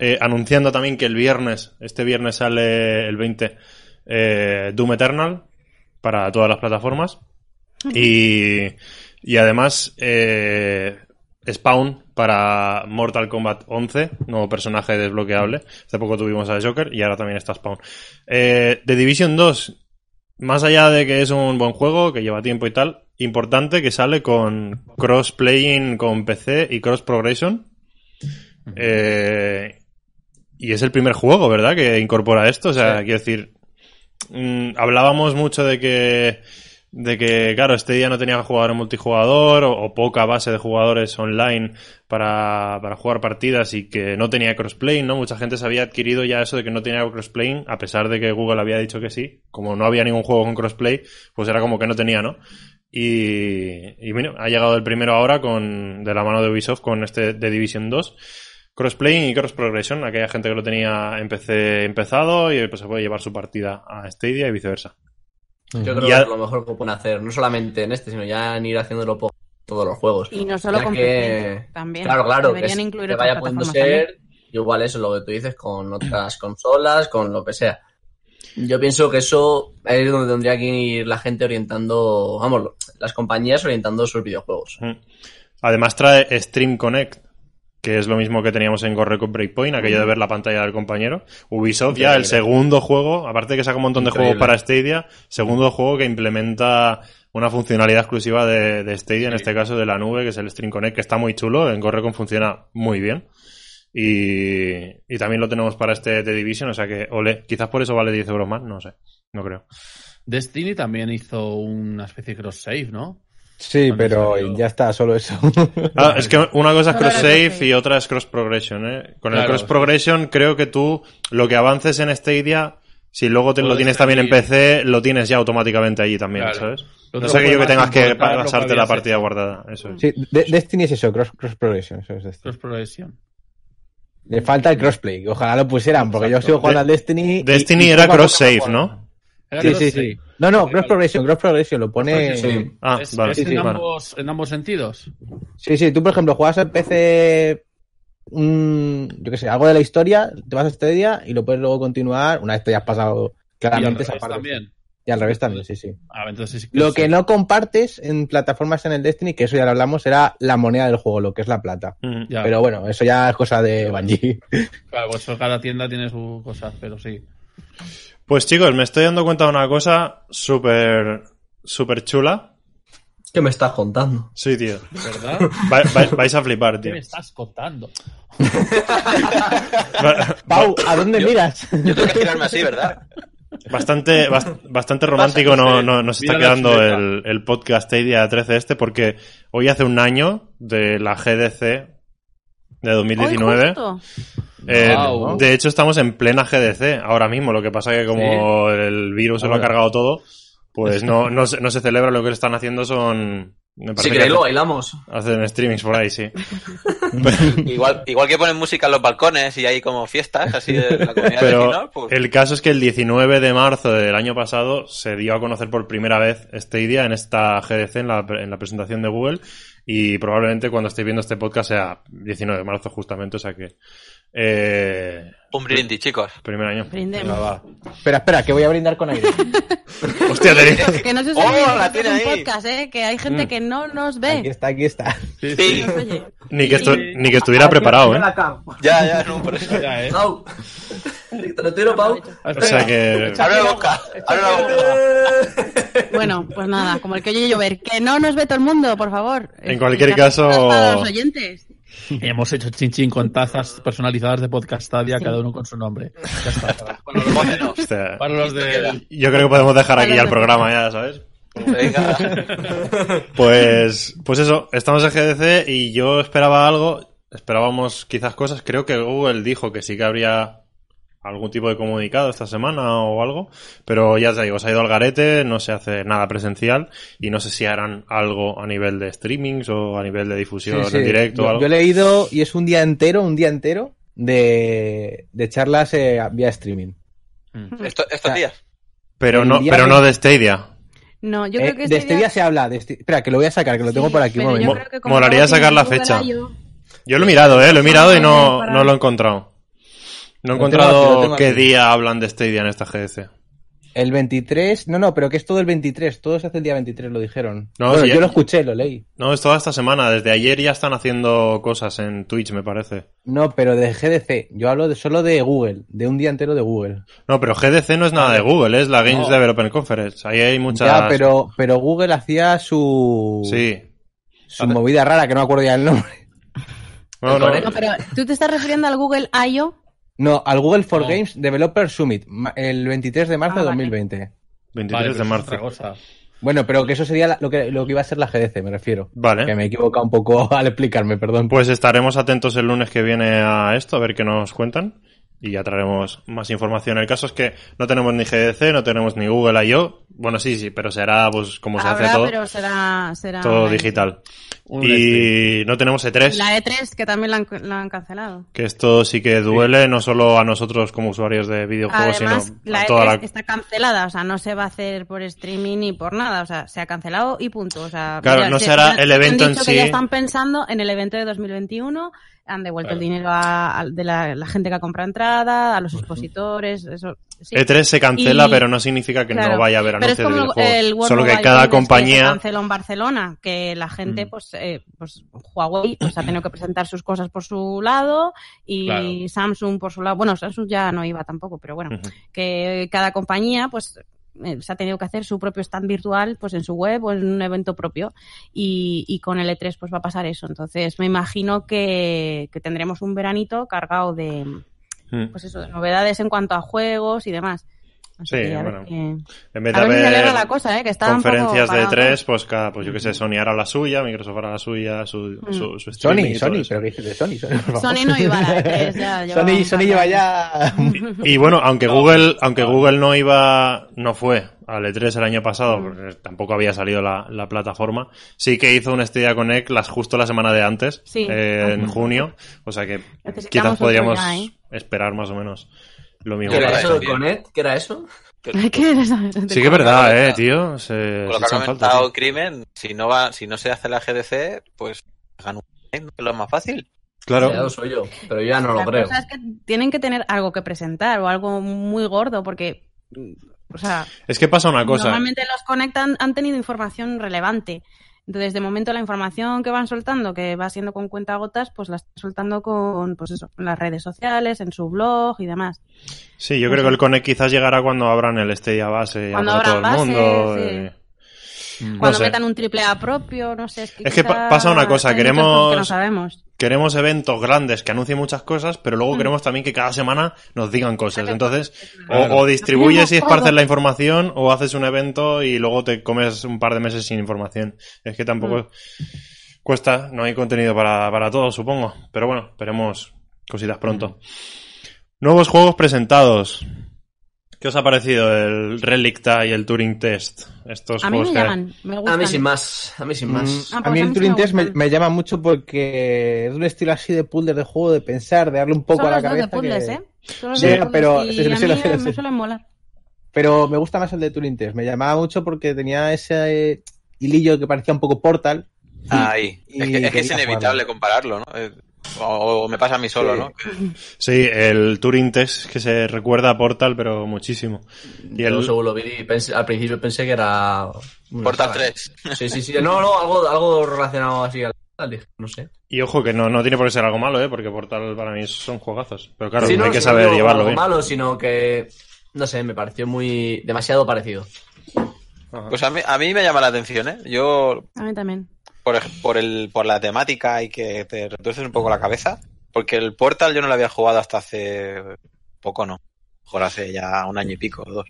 eh, anunciando también que el viernes, este viernes sale el 20, eh, Doom Eternal para todas las plataformas. Y, y además, eh, Spawn para Mortal Kombat 11, nuevo personaje desbloqueable. Hace poco tuvimos a Joker y ahora también está Spawn. Eh, The Division 2, más allá de que es un buen juego, que lleva tiempo y tal, importante que sale con cross-playing con PC y cross-progression. Eh, y es el primer juego, ¿verdad? Que incorpora esto. O sea, quiero decir, mm, hablábamos mucho de que, de que, claro, este día no tenía jugador multijugador o, o poca base de jugadores online para, para jugar partidas y que no tenía crossplay, ¿no? Mucha gente se había adquirido ya eso de que no tenía crossplay, a pesar de que Google había dicho que sí. Como no había ningún juego con crossplay, pues era como que no tenía, ¿no? Y, y bueno, ha llegado el primero ahora con, de la mano de Ubisoft con este de Division 2. Crossplay y cross progression, aquella gente que lo tenía en PC empezado y pues se puede llevar su partida a Stadia y viceversa.
Yo creo
Ya-
que es lo mejor que pueden hacer, no solamente en este, sino ya en ir haciéndolo por todos los juegos.
Y no solo
Ya
con
que-
PC, también.
Claro, claro, que,
Deberían
es-
incluir
que
otras
vaya pudiendo
plataformas también.
ser igual eso, lo que tú dices, con otras consolas, con lo que sea. Yo pienso que eso es donde tendría que ir la gente orientando, vamos, las compañías orientando sus videojuegos.
Además trae Stream Connect, que es lo mismo que teníamos en Corre con Breakpoint, aquello de ver la pantalla del compañero. Ubisoft ya, el
Increíble.
segundo juego, aparte de que saca un montón de
Increíble.
juegos para Stadia, segundo juego que implementa una funcionalidad exclusiva de, de Stadia, en este caso de la nube, que es el Stream Connect, que está muy chulo, en Corre con funciona muy bien. Y, y también lo tenemos para este The Division, o sea que, ole, quizás por eso vale 10 euros más, no sé, no creo.
Destiny también hizo una especie de cross-save, ¿no?
Sí,
Cuando
pero
salió.
ya está, solo eso.
Ah, es que una cosa es
Solo
cross
era
save
cross-save.
y otra es cross progression, ¿eh? Con el
Claro.
cross progression creo que tú lo que avances en Stadia, si luego te lo
Puedes
tienes también en
seguir.
PC, lo tienes ya automáticamente allí también,
Claro.
¿sabes?
Lo
No
otro
es aquello que
puedes
tengas que
importar lo que
pasarte la
habías
partida
hecho.
guardada, eso es.
Sí, De- Destiny es eso, cross, cross progression. eso es Destiny.
Cross Progression.
Le falta el crossplay, ojalá lo pusieran, porque yo
Exacto.
sigo jugando
De-
al Destiny. y-
Destiny
y
era
poco a poco
cross save,
juego.
¿no?
Era
Sí, sí,
cross-save.
sí. No, no,
Vale,
cross
vale.
progression, cross progression, lo pone.
Sí.
Ah,
es,
vale.
es en,
sí,
vale.
ambos, en ambos sentidos.
Sí, sí, tú por ejemplo juegas al PC, mm, yo qué sé, algo de la historia, te vas a este día y lo puedes luego continuar una vez te hayas pasado
y al
claramente esa
revés
parte.
también.
Y al revés también, sí, sí.
Ah, entonces sí
Lo que
sí.
no compartes en plataformas en el Destiny, que eso ya lo hablamos, era la moneda del juego, lo que es la plata.
Mm.
Ya,
Pero bueno, eso ya es cosa de Bungie.
claro, pues eso cada tienda tiene sus cosas, pero sí.
Pues chicos, me estoy dando cuenta de una cosa súper, súper chula.
¿Qué me estás contando?
Sí, tío.
¿Verdad?
Va- va- vais a flipar,
¿Qué
tío.
me estás contando?
Va-
Pau, ¿a dónde miras?
Yo tengo que girarme así, ¿verdad?
Bastante, bast- bastante romántico no, no- nos está
Mira la
quedando
chuleta.
el, el podcast Stadia 13 este porque hoy hace un año de la GDC de 2019.
Hoy justo.
Eh,
Wow.
De hecho estamos en plena GDC ahora mismo, lo que pasa que como el virus se lo ha
Ahora.
cargado todo, pues no, no, se, no se celebra, lo que están haciendo son... Me
Si
parece
queréis
que
lo bailamos.
eh.
hacen streamings por ahí, sí.
Igual, igual que ponen música en los balcones y hay como fiestas así de la comunidad vecinal,
Pero
pues-
el caso es que el 19 de marzo del año pasado se dio a conocer por primera vez este idea en esta GDC, en la, en la presentación de Google, y probablemente cuando estéis viendo este podcast sea 19 de marzo justamente, o sea que... Eh,
un brindis, chicos.
primer año.
Brindemos.
espera, espera, que voy a brindar con aire.
Hostia, tenía-
Que no se
Oh,
olvide
la
que esto es
tiene
un
ahí.
podcast, ¿eh? Que hay
Mm.
gente que no nos
Aquí
ve.
está, aquí está.
Sí,
Nos oye.
ni, que estu- ni que estuviera preparado, ¿eh?
ya, ya, no, por eso.
Ya, ¿eh?
Pau. Te lo tiro, Pau.
O sea que...
Abre la boca, abre la boca.
Bueno, pues nada, como el que oye llover. Que no nos ve todo el mundo, por favor.
En cualquier
Las cosas
caso-
Para los oyentes.
Hemos hecho chin chin con tazas personalizadas de podcast Stadia, cada uno con su nombre. Ya está.
Bueno,
hostia,
Para los de.
yo creo que podemos dejar aquí ya el programa, ya, ¿sabes?
venga.
Pues, pues eso, estamos en GDC y yo esperaba algo, esperábamos quizás cosas, creo que Google dijo que sí que habría algún tipo de comunicado esta semana o algo, pero ya te digo, se ha ido al garete, no se hace nada presencial y no sé si harán algo a nivel de streamings o a nivel de difusión
Sí, sí.
en directo o
Yo,
algo.
yo he leído y es un día entero, un día entero de, de charlas eh, vía streaming.
Esto- estos días.
Pero no,
Enviar-
pero no de Stadia.
No, yo
Eh,
creo que
de
este
este
día-
día se habla. De este- Espera, que lo voy a sacar, que lo tengo
sí,
por aquí. un
pero yo
momento.
creo que como
Molaría
no lo
sacar
tiene
la
Google
fecha.
I/O,
Yo lo he mirado, ¿eh? Lo he mirado y no,
para-
no lo he encontrado. No he
Lo tengo aquí, lo
encontrado
tengo
qué
aquí.
día hablan de Stadia en esta GDC.
El 23, no, no, pero que es todo el 23, todo se hace el día 23, lo dijeron.
No,
bueno,
sí, eh.
yo
ya-
lo escuché, lo leí.
No, es toda esta semana. Desde ayer ya están haciendo cosas en Twitch, me parece.
No, pero de GDC, yo hablo de, solo de Google, de un día entero de Google.
No, pero GDC no es nada de Google, es la Games
No.
Developer Conference. Ahí hay muchas...
Ya, pero, pero Google hacía su,
Sí.
su movida rara, que no me acuerdo ya el nombre.
No, no.
No, pero tú te estás refiriendo al Google I.O.
No, al Google for
No.
Games Developer Summit, ma- el 23 de marzo
Ah,
de
vale.
2020.
Vale,
23
pero
de
es otra
marzo.
cosa.
Bueno, pero que eso sería la- lo, que, lo que iba a ser la GDC, me refiero. Que
Vale.
me he equivocado un poco al explicarme, perdón.
Pues estaremos atentos el lunes que viene a esto, a ver qué nos cuentan. Y ya traeremos más información. El caso es que no tenemos ni GDC, no tenemos ni Google I.O. Bueno, sí, sí, pero será pues como se
Habrá,
hace todo,
pero será, será E
todo digital.
Un este.
Y no tenemos E E3.
La E3 que también la han, la han cancelado.
Que esto sí que duele, no solo a nosotros como usuarios de videojuegos,
Además,
sino
la E
a toda
E3
la...
está cancelada, o sea, no se va a hacer por streaming ni por nada, o sea, se ha cancelado y punto. O sea,
Claro,
ya
no
se-
será
han-
el evento
han
en
dicho que ya
sí.
están pensando en el evento de 2021, han devuelto
Claro.
el dinero a, al- de la, la gente que ha comprado entrada, a los expositores, eso. sí.
E3 E se cancela,
Y-
pero no significa que no
Claro.
vaya a haber
Pero es
anuncios de
como el
videojuegos.
World
Solo que
Mobile
cada
Congress se
compañía...
canceló en Barcelona, que la gente,
Mm.
pues, eh, pues Huawei pues, ha tenido que presentar sus cosas por su lado y
Claro.
Samsung por su lado. Bueno, Samsung ya no iba tampoco, pero bueno,
Ujú.
que cada compañía, pues eh, se ha tenido que hacer su propio stand virtual pues en su web o en un evento propio y, y con el E3 pues va a pasar eso entonces me imagino que, que tendremos un veranito cargado de
Mm.
pues eso de novedades en cuanto a juegos y demás Así
Sí,
que a ver
bueno.
qué-
En vez de
a ver si se alegra la
haber
cosa, ¿eh? Que está un poco
conferencias de
parado.
E3, pues cada, pues yo que sé, Sony hará la suya, Microsoft hará la suya, su,
Mm.
su, su streaming
Sony,
y todo
Sony,
eso.
pero ¿qué dices de Sony? Sony, por favor.
Sony no iba a la E3, ya llevaba
Sony,
un
Sony
par de
lleva
años.
ya
Y bueno, aunque Google, aunque Google no iba, no fue al E3 el año pasado,
Mm.
porque tampoco había salido la, la plataforma, sí que hizo un Stadia Connect las, justo la semana de antes,
Sí.
eh, en junio, o sea que
Necesitamos
quizás
otro
podríamos
ya, ¿eh?
esperar más o menos lo mismo.
¿Qué
para
era
eso.
eso de Connect? ¿Qué era eso?
¿Qué eres? De
Sí que es
cómo-
verdad, eh, tío, se,
Por
pues
se
lo que ha
echan falta,
comentado
sí.
Crimen, si no va, si no se hace la GDC, pues hagan un game, que es lo más fácil.
Ya
Claro.
lo soy yo, pero yo ya no lo
La
creo.
cosa es que tienen que tener algo que presentar o algo muy gordo porque, o sea,
Es que pasa una cosa.
Normalmente los conectan, han tenido información relevante. Entonces, de momento, la información que van soltando, que va siendo con cuentagotas, pues la están soltando con, pues eso, en las redes sociales, en su blog y demás.
Sí, yo creo que el Connect quizás llegará cuando abran el Stadia base
Cuando
a todo el
abran base,
mundo.
sí.
eh.
Mm.
Cuando
sé.
metan un triple A propio, no sé. Es que,
Es que
quizá
pa- pasa una cosa,
hay muchas
queremos-
cosas que no sabemos.
queremos eventos grandes que anuncien muchas cosas, pero luego
Mm.
queremos también que cada semana nos digan cosas.
Claro.
Entonces, o-
Claro.
o, distribuyes y
Lo queremos
esparces
todo.
la información, o haces un evento y luego te comes un par de meses sin información. Es que tampoco
Mm.
cuesta, no hay contenido para, para todos, supongo. Pero bueno, veremos cositas
Mm.
pronto. Nuevos juegos presentados. ¿Qué os ha parecido el Relicta y el Turing Test? Estos
A mí
juegos
me
que-
llaman, me gustan.
A mí sin más, a mí sin más.
Ah,
a
pues
mí
a
el
mí sí
Turing
me
Test me,
gustan.
me llama mucho porque es un estilo así de puzzle de juego, de pensar, de darle un poco
Son
a la
los dos de
cabeza.
puzzles,
que-
¿eh? Son los
Sí,
dos de puzzles
pero-
y
sí, sí,
a
sí,
mí
sí, sí.
me suelen molar.
Pero me gusta más el de Turing Test. Me llamaba mucho porque tenía ese eh, hilillo que parecía un poco Portal.
Ahí.
Y
es que, es, que es
quería
inevitable
jugarlo.
compararlo, ¿no? Eh, O, o me pasa a mí solo,
Sí.
¿no?
Sí, el Turing Test que se recuerda a Portal, pero muchísimo. Y
Yo
el,
según lo vi y pensé- al principio pensé que era... una
Portal
saga.
3.
Sí, sí, sí. No, no, algo, algo relacionado así al... al- dije, No sé.
Y ojo que no, no tiene por qué ser algo malo, ¿eh? Porque Portal para mí son juegazos. Pero claro,
Sí, no,
hay que
sí,
saber
no digo
llevarlo
algo
bien.
malo, sino que... No sé, me pareció muy... demasiado parecido.
Ajá.
Pues a mí, a mí me llama la atención, ¿eh? Yo,
A mí también.
por, ej- por, el, por la temática y que te retuerces un poco la cabeza, porque el Portal yo no lo había jugado hasta hace poco, no. Mejor hace ya un año y pico, o dos.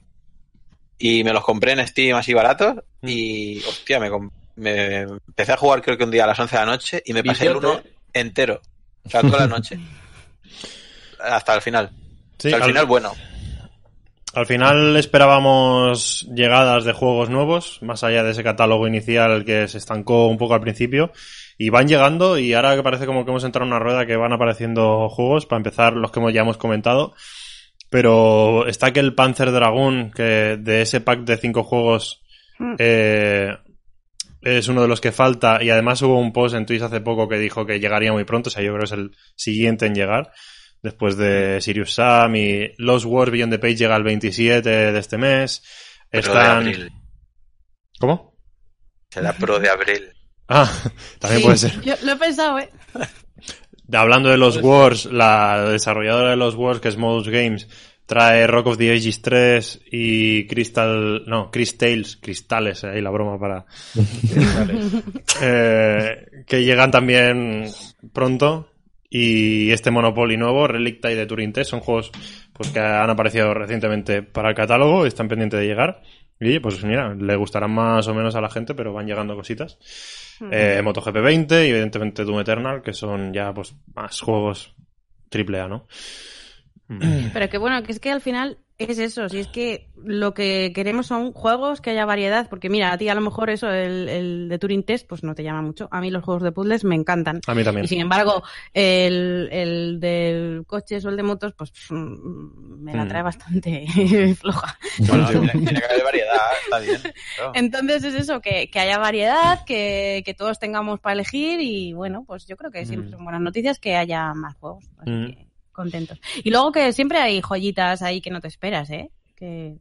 Y me los compré en Steam así baratos y, hostia, me, com- me empecé a jugar creo que un día a las 11 de la noche y me pasé el
Viciote.
uno entero. O sea, toda la noche. Hasta el final.
Sí,
O sea, al, final, bueno.
al final esperábamos llegadas de juegos nuevos, más allá de ese catálogo inicial que se estancó un poco al principio. Y van llegando y ahora que parece como que hemos entrado en una rueda que van apareciendo juegos, para empezar los que hemos- ya hemos comentado. Pero está que el Panzer Dragoon, que de ese pack de cinco juegos
Mm.
eh, es uno de los que falta. Y además hubo un post en Twitch hace poco que dijo que llegaría muy pronto. O sea, yo creo que es el siguiente en llegar. Después de Sirius Sam y Lost Wars Beyond the Page llega el 27 de este mes.
Pro
Están...
de abril.
¿Cómo?
Será pro de abril.
Ah, también
Sí,
puede ser.
Yo lo he pensado, ¿eh?
Hablando de los Wars, la desarrolladora de los Wars, que es Modus Games, trae Rock of the Ages 3 y Crystal. No, Chris Tales, cristales, ahí la broma para. Eh, que llegan también pronto. Y este Monopoly nuevo, Relicta y de Turing Test, son juegos pues, que han aparecido recientemente para el catálogo, están pendientes de llegar. Y pues mira, le gustarán más o menos a la gente, pero van llegando cositas. Eh, MotoGP 20 y evidentemente Doom Eternal, que son ya pues más juegos triple A, ¿no? Mm.
Pero que bueno, que es que al final es eso, si es que lo que queremos son juegos que haya variedad, porque mira, a ti a lo mejor eso, el, el de Turing Test, pues no te llama mucho. A mí los juegos de puzzles me encantan.
A mí también.
Y sin embargo, el, el de coches o el de motos, pues mm, me la
Mm.
trae bastante floja.
Bueno, tiene, tiene que haber variedad, está bien. claro.
Entonces es eso, que, que haya variedad, que, que todos tengamos para elegir y bueno, pues yo creo que siempre
Mm.
son buenas noticias que haya más juegos. Así
Mm.
que contentos. Y luego que siempre hay joyitas ahí que no te esperas, ¿eh? Que...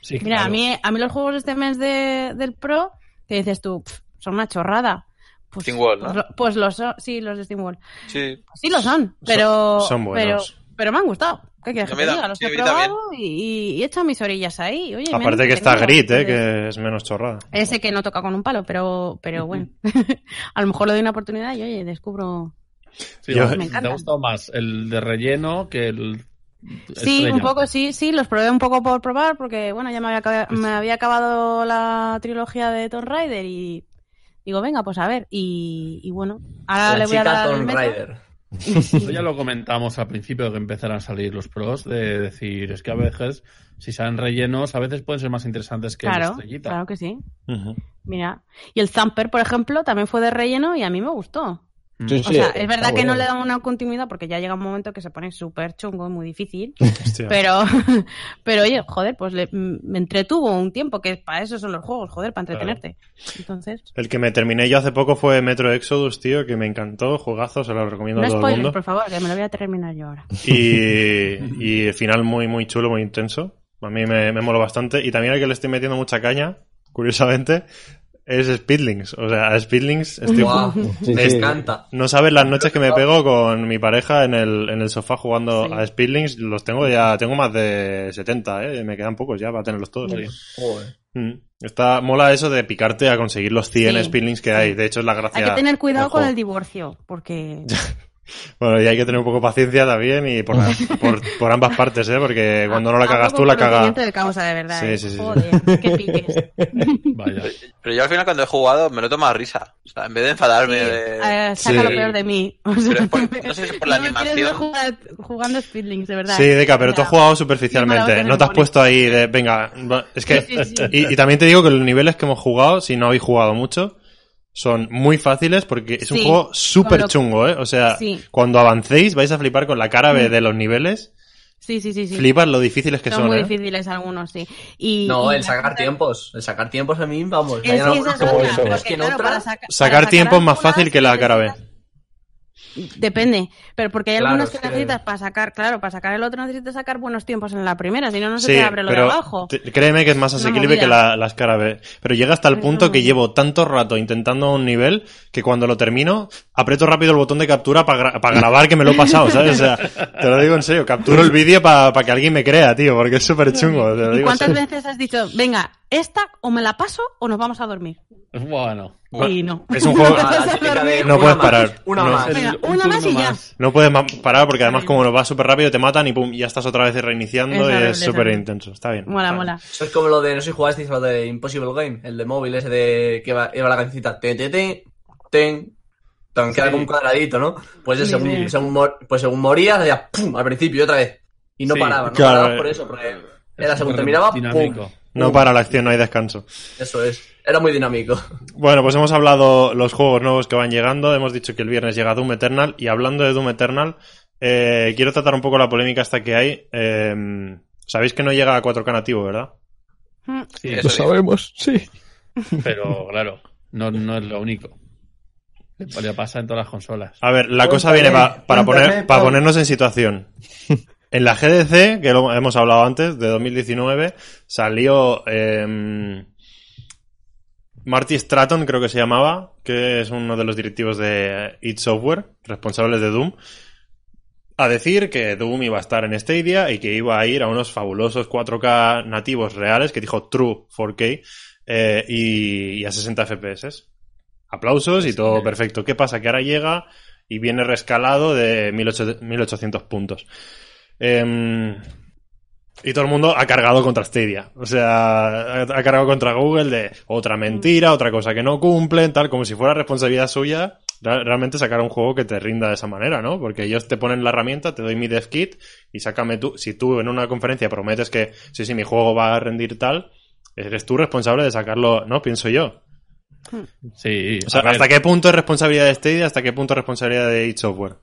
Sí,
Mira,
claro.
a, mí, a mí los juegos de este mes de, del Pro, que dices tú, "Pf, son una chorrada. Pues,
SteamWorld, ¿no?
pues, lo- pues los son, sí, los de SteamWorld.
Sí,
Sí lo son, pero,
son buenos.
pero, pero me han gustado. ¿Qué quieres
A
que
mí
te
da-
diga? Los
sí,
he
a mí también.
probado y, y- y he hecho mis orillas ahí. Oye, me han
Aparte que está
entretenido.
Grit, ¿eh? que es menos chorrada.
Ese que no toca con un palo, pero, pero bueno. a lo mejor le doy una oportunidad y oye, descubro.
Sí,
Yo-
vamos,
Me encanta.
Te ha gustado más el de relleno que el.
Sí,
estrella.
un poco, sí, sí, los probé un poco por probar, porque bueno, ya me había, acaba- me había acabado la trilogía de Tomb Raider y digo, venga, pues a ver. Y, y bueno, ahora
la
Ah, le voy a
chica
dar. el
Tomb
metro.
Rider.
Eso ya lo comentamos al principio que empezaron a salir los pros de decir, es que a veces, si salen rellenos, a veces pueden ser más interesantes que la
Claro,
estrellita.
claro que sí.
Ujú.
Mira. Y el Zamper, por ejemplo, también fue de relleno y a mí me gustó.
Sí,
O
sí,
sea, es verdad
está
que no
bueno.
le damos una continuidad porque ya llega un momento que se pone súper chungo, muy difícil.
Hostia.
Pero, pero oye, joder, pues le- m- me entretuvo un tiempo, que para eso son los juegos, joder, para entretenerte. Entonces,
El que me terminé yo hace poco fue Metro Exodus, tío, que me encantó, jugazo, se lo recomiendo
no
a todo el
spoilers,
mundo.
por favor, que me lo voy a terminar yo ahora.
Y, y el final muy, muy chulo, muy intenso. A mí me, me moló bastante. Y también el que le estoy metiendo mucha caña, curiosamente, es Speedlings. O sea, a Speedlings estoy
Guau,
Sí,
me
sí.
encanta.
No sabes las noches que me pego con mi pareja en el, en el sofá jugando
Sí.
a Speedlings. Los tengo ya, tengo más de 70, ¿eh? Me quedan pocos ya para tenerlos todos.
Joder.
Mm. Está, mola eso de picarte a conseguir los 100
Sí,
Speedlings que hay. De hecho, es la gracia.
Hay que tener cuidado
del
con
juego.
el divorcio, porque
Bueno, y hay que tener un poco de paciencia también y por, por, por ambas partes, ¿eh? Porque cuando no la
Ah,
cagas
poco
tú, la caga.
conocimiento de causa, de verdad.
Sí,
¿eh?
sí, sí, sí.
Joder, qué piques.
Eh,
Vaya.
pero yo al final cuando he jugado me lo he tomado a risa. O sea, en vez de enfadarme
Sí,
de...
eh, saca
Sí.
lo peor de mí. O
Pero
sea,
es por- no sé si es por la
no me quieres
animación.
ver jugar- jugando Speedlings, de verdad.
Sí, Deca, pero
O
tú
sea,
has jugado
mala
superficialmente.
hostia
No te has
se me pone.
puesto ahí de, venga, va- es que...
Sí, sí, sí.
Y, y también te digo que los niveles que hemos jugado, si no habéis jugado mucho, son muy fáciles porque es un
Sí,
juego súper
lo-
chungo, ¿eh? O sea,
Sí.
cuando avancéis vais a flipar con la cara de, de los niveles.
Sí, sí, sí. sí.
Flipas lo difíciles que
son,
son,
muy
¿eh?
difíciles algunos, sí. Y,
No,
y
el
la
sacar
gente-
tiempos. El sacar tiempos a mí, vamos.
Es,
ya no
que esa es
conozco
otra,
eso.
porque,
Es que en
claro,
otra-
para saca-
Sacar
para
tiempo es más
algunas
fácil que la cara B.
necesitas- Depende, pero porque hay
Claro,
algunas que
es que-
necesitas para sacar, claro, para sacar el otro necesitas sacar buenos tiempos en la primera, si no, no se
Sí,
te abre lo de
pero
abajo.
te- créeme que es más
Una
asequible que
movida.
la- las cara B. Pero llega hasta el
Es
punto
una
que
movida.
llevo tanto rato intentando un nivel que cuando lo termino, aprieto rápido el botón de captura para grabar que me lo he pasado, ¿sabes? O sea, te lo digo en serio, capturo el vídeo para que alguien me crea, tío, porque es súper chungo. Te lo digo
¿Y
en
cuántas
serio.
veces has dicho, venga, esta o me la paso o nos vamos a dormir?
Bueno.
Y no.
Es un juego-
Nos
Ah,
vamos
la
a
típica de
dormir.
No
una
puedes
más,
parar.
Una
No.
más.
Venga,
El- un
una más y
turno
ya.
más.
No puedes ma- parar porque además como lo vas súper rápido te matan y pum, ya estás otra vez reiniciando
Es
y
horrible,
es
es
súper
horrible.
intenso. Está bien.
Mola,
está
mola.
Eso es como lo de, no sé si jugasteis lo de Impossible Game, el de móvil ese de que va, iba la cancioncita ten, ten, ten, ten, tan, que era como un cuadradito, ¿no? Pues eso,
Sí,
según,
sí.
según, mor- pues según morías, hacía pum, al principio otra vez. Y no
Sí,
paraba, no
claro,
paraba
eh.
por eso, porque
Es
era según
súper
terminaba, pum,
dinámico.
No para la acción, no hay descanso.
eso es. Era muy dinámico.
Bueno, pues hemos hablado los juegos nuevos que van llegando. Hemos dicho que el viernes llega Doom Eternal. Y hablando de Doom Eternal, Eh, quiero tratar un poco la polémica hasta que hay. Eh, Sabéis que no llega a 4K nativo, ¿verdad?
Sí,
Eso digo.
sabemos, sí.
pero claro, no, no es lo único. Le, le pasa en todas las consolas.
A ver, la cosa
Cuéntame,
viene pa- para,
cuéntame,
poner, para
Pau.
ponernos en situación. En la GDC, que lo hemos hablado antes, de 2019, salió em, Marty Stratton, creo que se llamaba, que es uno de los directivos de id Software, responsables de Doom, a decir que Doom iba a estar en Stadia y que iba a ir a unos fabulosos 4K nativos reales, que dijo True 4K, eh, y, y a 60 FPS. Aplausos y todo perfecto. ¿Qué pasa? Que ahora llega y viene rescalado de 1800 1800 puntos. Em, y todo el mundo ha cargado contra Stadia. O sea, ha ha cargado contra Google de otra mentira, otra cosa que no cumplen, tal, como si fuera responsabilidad suya ra- realmente sacar un juego que te rinda de esa manera, ¿no? Porque ellos te ponen la herramienta, te doy mi dev kit y sácame tú. Si tú en una conferencia prometes que sí, sí, mi juego va a rendir tal, eres tú responsable de sacarlo, ¿no? Pienso yo.
Sí,
O sea,
a ver,
¿hasta qué punto es responsabilidad de Stadia? ¿Hasta qué punto es responsabilidad de id Software?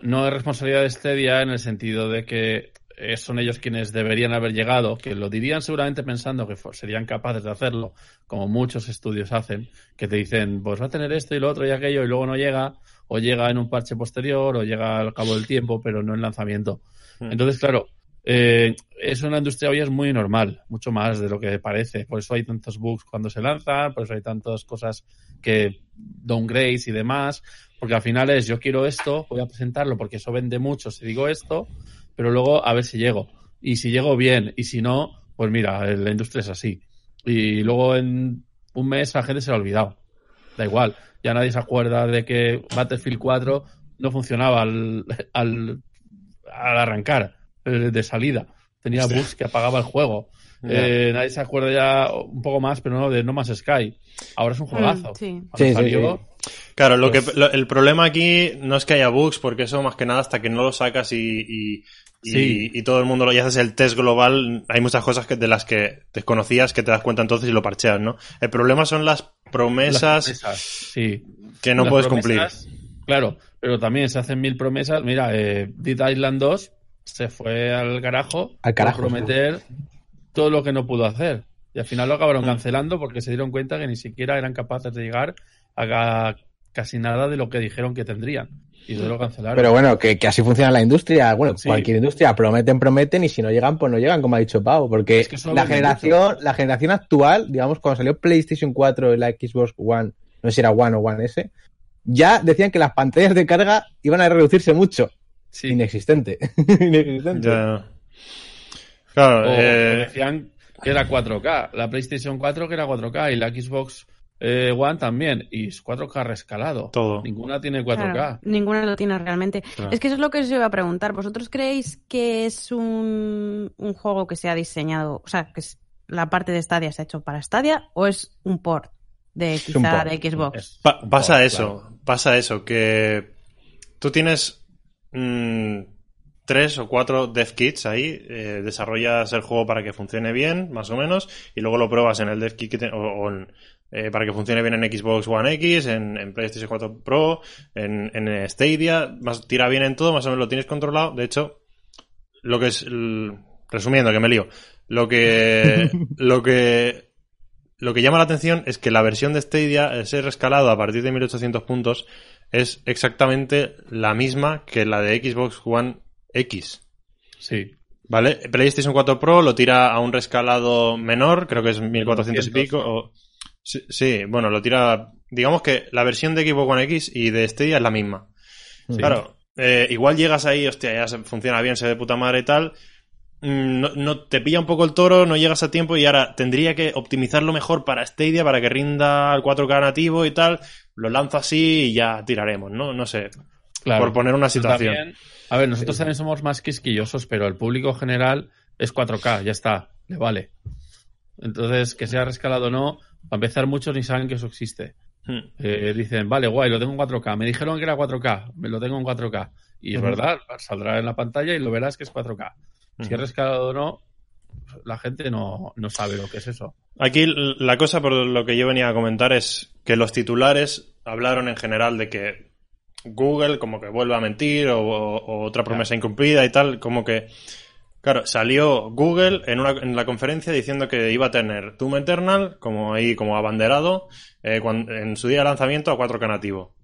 no es responsabilidad de Stadia en el sentido de que eh, son ellos quienes deberían haber llegado, que lo dirían seguramente pensando que fo- serían capaces de hacerlo, como muchos estudios hacen, que te dicen, pues va a tener esto y lo otro y aquello y luego no llega, o llega en un parche posterior, o llega al cabo del tiempo, pero no en lanzamiento.
Hmm.
Entonces, claro, eh, es una industria hoy es muy normal, mucho más de lo que parece. Por eso hay tantos bugs cuando se lanzan, por eso hay tantas cosas que downgrades y demás, porque al final es yo quiero esto, voy a presentarlo porque eso vende mucho si digo esto, pero luego a ver si llego. Y si llego bien, y si no, pues mira, eh, la industria es así. Y luego en un mes a la gente se lo ha olvidado. Da igual, ya nadie se acuerda de que Battlefield 4 no funcionaba al, al, al arrancar, eh, de salida. Tenía bugs que apagaba el juego.
Ya.
Eh, nadie se acuerda ya un poco más, pero no de No Más Sky. Ahora es un juegazo.
Mm, sí.
Cuando
Sí, sí,
salió,
sí.
Claro, lo
Pues-
que, lo- el problema aquí no es que haya bugs, porque eso más que nada hasta que no lo sacas y, y, y-
Sí.
y todo el mundo lo y haces el test global, hay muchas cosas que, de las que desconocías que te das cuenta entonces y lo parcheas, ¿no? El problema son las promesas,
las promesas, sí.
que no
Las
puedes
promesas, Claro, pero también se hacen mil promesas. Mira, eh, Dead Island 2 se fue al carajo
Al carajo,
por prometer todo lo que no pudo hacer. Y al final lo acabaron cancelando porque se dieron cuenta que ni siquiera eran capaces de llegar a ca- casi nada de lo que dijeron que tendrían. Y todo lo cancelaron.
Pero bueno, que, que así funciona la industria. Bueno,
Sí.
cualquier industria, prometen, prometen, y si no llegan, pues no llegan, como ha dicho Pau. Porque
Es que eso
la,
vende
generación, la generación actual, digamos, cuando salió PlayStation 4 y la Xbox One, no sé si era One o One S, ya decían que las pantallas de carga iban a reducirse mucho.
sí.
Inexistente. Inexistente.
cumplir. Ya. Claro,
O
eh,
decían que era 4K, la PlayStation 4 que era 4K y la Xbox eh, One también. Y es 4K rescalado.
Todo.
Ninguna tiene 4K.
Claro, ninguna lo tiene realmente.
Claro.
Es que eso es lo que os iba a preguntar. ¿Vosotros creéis que es un, un juego que se ha diseñado, o sea, que es- la parte de Stadia se ha hecho para Stadia o es un port de quizá
un port.
de Xbox?
Es
Pa-
un
pasa
poco,
eso, pasa eso, que tú tienes mm, tres o cuatro dev kits ahí, eh, desarrollas el juego para que funcione bien, más o menos, y luego lo pruebas en el dev kit que te- o, o en- eh, para que funcione bien en Xbox One X, en, en PlayStation 4 Pro, en, en Stadia, más, tira bien en todo, más o menos lo tienes controlado. De hecho, lo que es, l- resumiendo, que me lío, lo que, lo que lo que llama la atención es que la versión de Stadia, el ser escalado a partir de 1800 puntos, es exactamente la misma que la de Xbox One X.
Sí.
¿Vale? PlayStation 4 Pro lo tira a un rescalado menor, creo que es 1400 y pico. o- Sí, sí, bueno, lo tira. Digamos que la versión de Xbox One X y de Stadia es la misma.
Sí.
Claro, eh, igual llegas ahí, hostia, ya se- funciona bien, se ve de puta madre y tal. Mm, No, no- te pilla un poco el toro, no llegas a tiempo y ahora tendría que optimizarlo mejor para Stadia para que rinda al 4K nativo y tal. Lo lanzo así y ya tiraremos, ¿no? No sé.
Claro.
Por poner una
Pero
situación.
también- a ver, nosotros también somos más quisquillosos, pero el público general es 4K, ya está, le vale. Entonces, que sea rescalado o no, para empezar, muchos ni saben que eso existe.
Hmm.
Eh, dicen, vale, guay, lo tengo en 4K. Me dijeron que era 4K, me lo tengo en 4K. Y es
Ujú.
verdad, saldrá en la pantalla y lo verás que es 4K. Si
Ujú.
es rescalado o no, la gente no, no sabe lo que es eso.
Aquí l- la cosa por lo que yo venía a comentar es que los titulares hablaron en general de que Google como que vuelve a mentir o, o- o otra promesa incumplida y tal, como que... Claro, salió Google en, una, en la conferencia diciendo que iba a tener Doom Eternal como ahí como abanderado eh, cuan- en su día de lanzamiento a 4K nativo.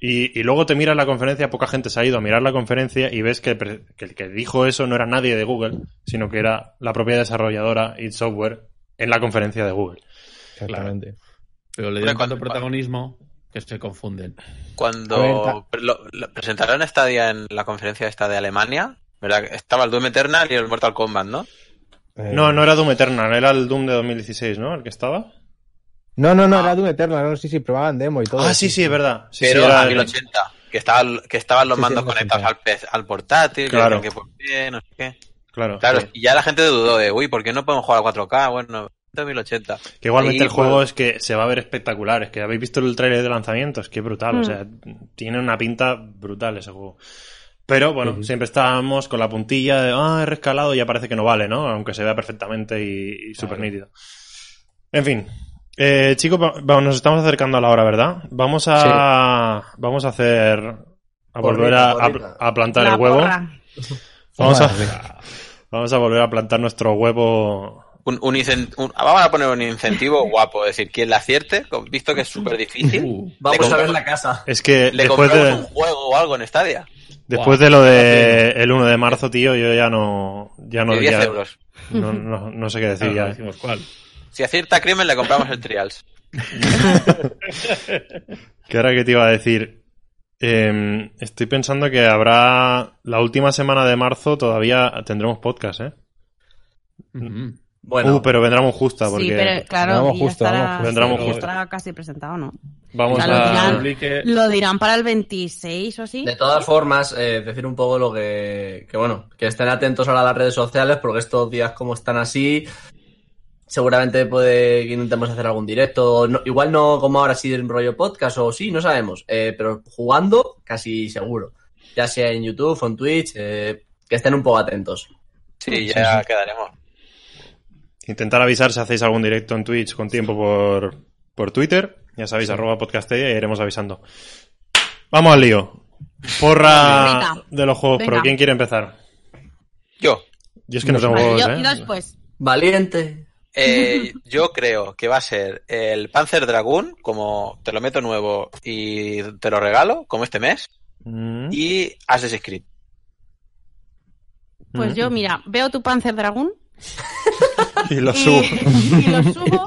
Y, y luego te miras la conferencia, poca gente se ha ido a mirar la conferencia y ves que, pre- que el que dijo eso no era nadie de Google, sino que era la propia desarrolladora id Software en la conferencia de Google.
Exactamente.
Pero le
Hombre,
dieron tanto
cuando-
protagonismo que se confunden.
A
Cuando pre- lo- lo- presentaron esta día en la conferencia esta de Alemania, ¿verdad? Estaba el Doom Eternal y el Mortal Kombat, ¿no?
Eh,
No, no era Doom Eternal, era el Doom de 2016, ¿no? El que estaba.
No, no, no, era Doom Eternal, no, sí, sí, probaban demo y todo.
Ah, sí, sí, es verdad. Sí, sí,
Pero
era
a
el-
1080, que, estaba, que estaban los
Sí, sí,
mandos
era
conectados
1080.
al, pe- al portátil, que
Claro.
decían que por qué, no sé qué.
Claro,
Claro,
sí.
y ya la gente dudó de, uy, ¿por qué no podemos jugar a 4K? Bueno, 1080.
Que igualmente
Y,
el juego
pues,
es que se va a ver espectacular. Es que habéis visto el tráiler de lanzamiento, es que es brutal. O
Mm.
sea, tiene una pinta brutal ese juego. Pero bueno, siempre estábamos con la puntilla de, ah, he rescalado y ya parece que no vale, ¿no? Aunque se vea perfectamente y, y súper nítido. En fin. Eh, chicos, va- va- nos estamos acercando a la hora, ¿verdad? Vamos a. Vamos a hacer. A
Porrita,
volver a, a-
porrita.
a plantar
La
el huevo.
porra.
Vamos
Vale,
a, vamos a volver a plantar nuestro huevo
un- un incen- un- vamos a poner un incentivo guapo, es decir, quien la acierte, con- visto que es súper difícil,
Uh,
Le
Vamos a
compramos-
ver la casa.
Es que
le
después,
compramos
de,
un juego o algo en Stadia,
después
Guau.
de lo de el 1 de marzo, tío, yo ya no ya no,
de 10
ya-
euros.
no, no- no sé qué decir
claro,
ya. eh.
decimos cuál.
Si acierta Crimen, le compramos el Trials.
Que ahora que te iba a decir, Em, estoy pensando que habrá la última semana de marzo todavía tendremos podcast, ¿eh?
Ujú.
Bueno,
Uh, pero vendremos justa porque
Sí, pero claro,
Vendramos
y ya
justo,
estará,
vamos.
Vendramos
sí,
justo.
estará casi presentado, ¿no?
vamos
Claro,
a
dirán.
Publique-
Lo dirán para el 26 o así.
de todas formas, eh, decir un poco lo que, que, bueno, que estén atentos ahora a las redes sociales porque estos días como están así, seguramente puede que intentemos hacer algún directo. No- igual no como ahora sí en rollo podcast o sí, no sabemos. Eh, pero jugando, casi seguro. Ya sea en YouTube o en Twitch, eh, que estén un poco atentos.
Sí, ya quedaremos.
intentar avisar si hacéis algún directo en Twitch con tiempo por, por Twitter. Ya sabéis, arroba podcastedia y iremos avisando. Vamos al lío. Porra
Venga.
de los juegos, pero
Venga.
¿quién quiere empezar?
Yo,
Yo es que no tengo
Vale,
juegos,
yo,
¿eh?
yo después.
Valiente.
eh, yo creo que va a ser el Panzer Dragoon, como te lo meto nuevo y te lo regalo, como este mes,
Mm.
y Assassin's Creed.
Pues
Mm.
yo, mira, veo tu Panzer Dragón
¿eh? Y lo
y,
subo.
y lo subo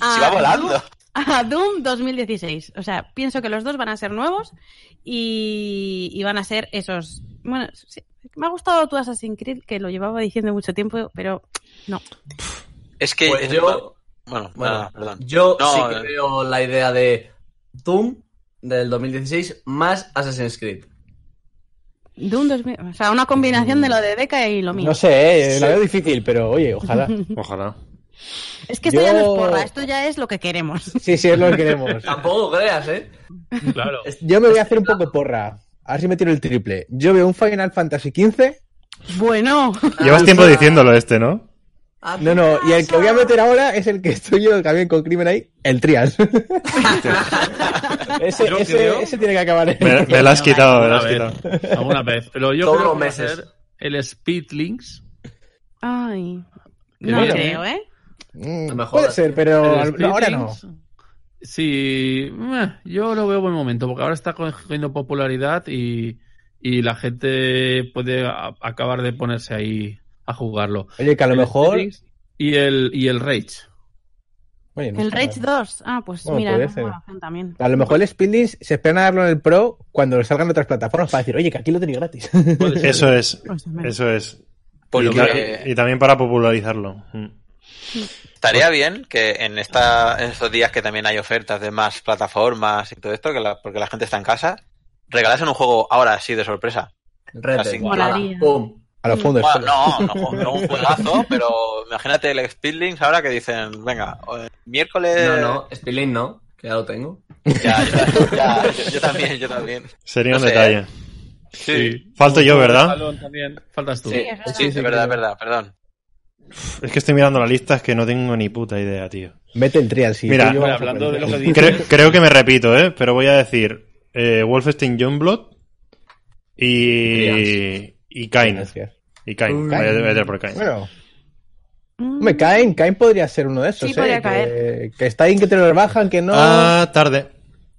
a,
Si va volando.
a Doom 2016. O sea, pienso que los dos van a ser nuevos y, y van a ser esos. Bueno, sí, me ha gustado tu Assassin's Creed, que lo llevaba diciendo mucho tiempo, pero no.
Es que
Pues
es-
yo-
Bueno,
Bueno,
nada, perdón.
Yo
No,
sí que
eh.
veo la idea de Doom del 2016 más Assassin's Creed.
Doom 2000, o sea, una combinación de lo de Deca y lo mío.
No sé, eh, la veo difícil, pero oye, ojalá.
Ojalá.
Es que esto ya no
Yo-
es porra, esto ya es lo que queremos.
Sí, sí, es lo que queremos.
Tampoco creas, ¿eh?
Claro.
Yo me voy a hacer un poco porra. A ver si me tiro el triple. Yo veo un Final Fantasy XV.
Bueno,
Ah,
Llevas tiempo diciéndolo este, ¿no?
No, no, y el que voy a meter ahora es el que estoy yo también con crimen ahí, el Trias. ese,
Yo
ese-
creo-
ese tiene que acabar. en-
Me, me lo has quitado, me lo
Alguna
has quitado.
vez. Alguna vez. Pero yo
Todos
creo
los
que va a
meses.
ser el Speed Links.
Ay,
Que
no
viene.
creo, ¿eh?
Mm,
No me jodas.
puede ser, pero
El
al-
Speed
ahora no.
Links, Sí, meh, yo lo veo buen momento, porque ahora está cogiendo popularidad y, y la gente puede a- acabar de ponerse ahí a jugarlo.
Oye, que a lo
El
mejor.
Speed Links Y el, y el Rage.
Oye, no
El
sé.
Rage 2. Ah, pues
Bueno,
mira,
podría
no
ser.
me lo hacen también.
A lo mejor el Speed Links se esperan a darlo en el Pro cuando salgan otras plataformas para decir, oye, que aquí lo tenéis gratis.
Eso es.
Pues también.
Eso es.
Porque
Pues
y, ta- y también para popularizarlo. Mm.
estaría
pues-
bien que en, esta, en estos días que también hay ofertas de más plataformas y todo esto, que la- porque la gente está en casa, regalasen un juego ahora sí de sorpresa.
Red
Así
Dead.
Molaría.
Pum.
a los fondos.
Bueno, no, no, ju- no un juegazo, pero imagínate el Speedlinks ahora que dicen, venga, o- eh, miércoles.
No, no, Spilling no, que ya lo tengo.
Ya, ya, ya, yo, yo también, yo también.
Sería un
No sé,
detalle.
Sí, sí,
Falto yo, ¿verdad?
Salón también. Faltas tú.
sí,
es verdad.
es verdad, es verdad, perdón.
Es que estoy mirando la lista, es que no tengo ni puta idea, tío.
Mete el Trial, sí.
Mira,
Tú y yo
Hombre,
vamos a
hablando
por
de
el
lo que
Trials.
dices,
Creo, creo que me repito, ¿eh? Pero voy a decir eh, Wolfenstein Youngblood y, y Kain.
Gracias.
Y Kain,
Mm.
vaya- vaya a ser por Kain.
Bueno,
Mm.
me caen, caen podría ser uno de esos,
Sí, podría
¿eh?
caer.
Que, que está bien que te lo bajan, que no.
Ah, tarde.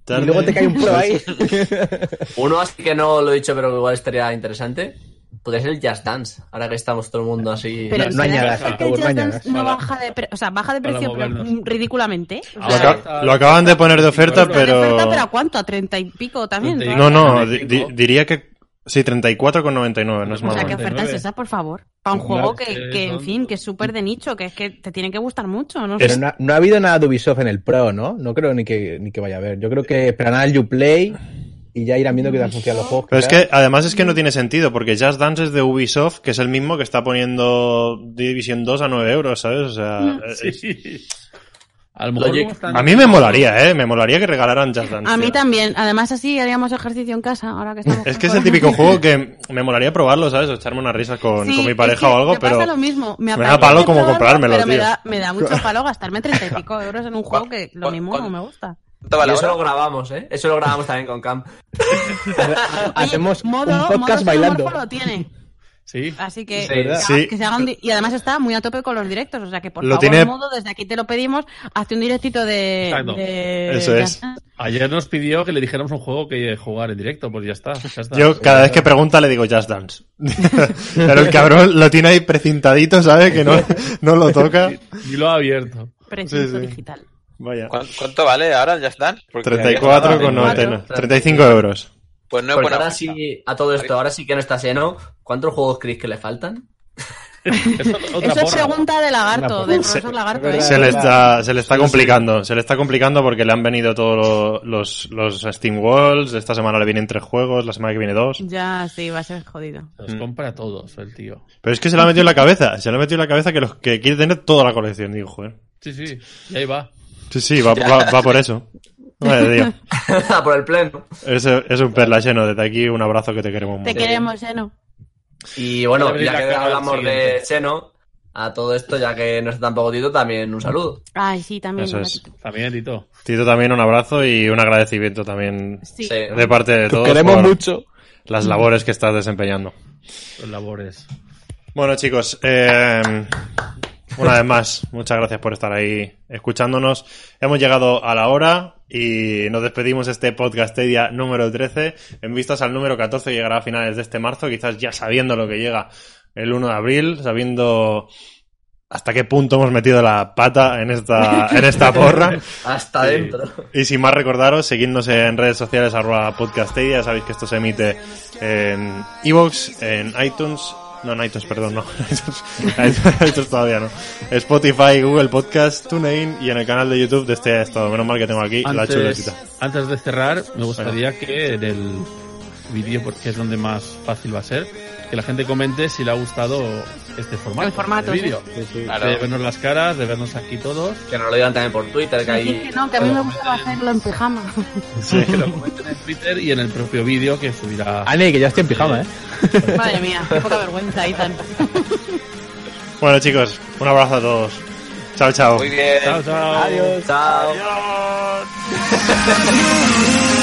y
Tarde.
luego te cae un pro ahí.
Uno así que no lo he dicho, pero que igual estaría interesante. Podría ser el Just Dance, ahora que estamos todo el mundo así.
Pero
no
¿se dan
añadas,
cuenta que
Jacobo,
el
no
Just Dance
añadas.
no
Para-
baja de pre- o sea, baja de
para
precio pero,
movernos.
mm, ridículamente. O
Lo,
sea,
Ahora-
aca- lo acaban de poner de oferta,
Está de
pero...
pero...
pero ¿a cuánto? ¿A treinta y pico también?
Treinta y-
No, no, di-
35.
di- diría que... Sí, 34,99, no es
O
más
sea, ¿qué
Bueno,
oferta es
99.
esa, por favor? Para un
Claro,
juego
es
que,
que
que, en
son-
fin, que es súper de nicho, que es que te tiene que gustar mucho, ¿no?
Pero
sé.
no, ha- no ha habido nada de Ubisoft en el Pro, ¿no? No creo ni que, ni que vaya a haber. Yo creo que esperarán al Uplay y ya irán viendo que dan funcionan los juegos.
Pero es
tal.
que además es que no tiene sentido, porque Just Dance es de Ubisoft, que es el mismo que está poniendo Division 2 a 9 euros, ¿sabes? O sea,
Mm,
eh, es-
Sí. A lo mejor
Logic.
como están-
a mí me molaría, ¿eh? Me molaría que regalaran Just Dance.
A mí
tío.
también. Además, así haríamos ejercicio en casa, ahora que estamos...
Es que es el
fuera.
típico juego que me molaría probarlo, ¿sabes? O echarme unas risas con,
Sí,
con mi
es
pareja
que
o algo,
me pasa
pero...
lo mismo. Me,
me da
apetece
palo como
probarlo,
comprármelo,
pero me
tío.
da, me da mucho palo gastarme treinta y pico euros en un juego que lo
¿Cuál-
mismo
cuál-
no me gusta.
¿Cuánto
Y
vale
eso
ahora?
lo grabamos, ¿eh? Eso lo grabamos también con Cam.
Hacemos
Oye,
un podcast
sin
bailando.
amor lo tiene.
Sí.
Así que,
Sí.
que haga-
Sí.
que se haga un di- y además está muy a tope con los directos, o sea que por
Lo
favor,
tiene-
modo, desde aquí te lo pedimos, hazte un directito de,
Exacto.
de-
Eso
de-
es.
Ayer nos pidió que le dijéramos un juego que jugar en directo, pues ya está. ya está.
Yo cada vez que pregunta le digo Just Dance. pero el cabrón lo tiene ahí precintadito, ¿sabes? Que no, no lo toca.
Y lo ha abierto.
Preciso
Sí, sí.
digital.
Vaya.
¿Cuán- ¿Cuánto vale ahora el Just Dance? Porque-
34,99. 35 euros.
Pues no es
Porque
buena
ahora
oferta.
sí, a todo esto, ahora sí que no está lleno. ¿Cuántos juegos creéis que le faltan?
Es otra
Eso es
porra.
pregunta de
Una
lagarto,
porra.
del
Se-
profesor lagarto. ¿eh?
Se le está, se le está complicando, se le está complicando porque le han venido todos lo- los, los Steam Walls, esta semana le vienen tres juegos, la semana que viene dos.
Ya, sí, va a ser jodido.
Los compra todos el tío.
Pero es que se le ha metido en la cabeza, se le ha metido en la cabeza que los que quiere tener toda la colección, digo, joder.
Sí, sí. Y ahí va.
Sí, sí, va, va- va por eso. Madre de Dios.
Por el pleno.
Es, es un perla lleno, desde aquí un abrazo que te queremos
Te
mucho.
queremos, Seno.
Y bueno,
Abre
ya
la
que
cara al
hablamos de
siguiente.
Seno, a todo esto, ya que no está tampoco Tito, también un saludo.
Ay, sí, también.
Eso
un
es.
ratito.
También, Tito.
Tito también un abrazo y un agradecimiento también
Sí.
Sí.
de parte de
Os
todos
queremos
por
mucho.
las labores que estás desempeñando.
Los labores.
Bueno, chicos, eh, una vez más, muchas gracias por estar ahí escuchándonos. Hemos llegado a la hora y nos despedimos de este podcast día número 13. En vistas al número 14 llegará a finales de este marzo, quizás ya sabiendo lo que llega el 1 de abril, sabiendo hasta qué punto hemos metido la pata en esta, en esta porra.
Hasta dentro.
Y sin más recordaros, seguidnos en redes sociales arroba podcastedia, ya sabéis que esto se emite en Evox, en iTunes, no en iTunes, perdón, no, iTunes, iTunes todavía no, Spotify, Google Podcast, TuneIn y en el canal de YouTube de este estado. Menos mal que tengo aquí la chuletita.
antes de cerrar, me gustaría que en el vídeo, porque es donde más fácil va a ser, que la gente comente si le ha gustado este formato.
El formato,
de
sí.
vídeo.
Claro.
De vernos las caras, de vernos aquí todos.
Que nos lo digan también por Twitter, que
Decir
ahí
que no, que a mí me gusta hacerlo en pijama.
Que lo comenten en Twitter y en el propio vídeo que subirá.
Ane, que ya estoy en pijama, ¿eh?
Madre mía, qué poca vergüenza, Ethan.
Bueno chicos, un abrazo a todos. Chao, chao.
Muy bien.
Chao, chao.
Chao.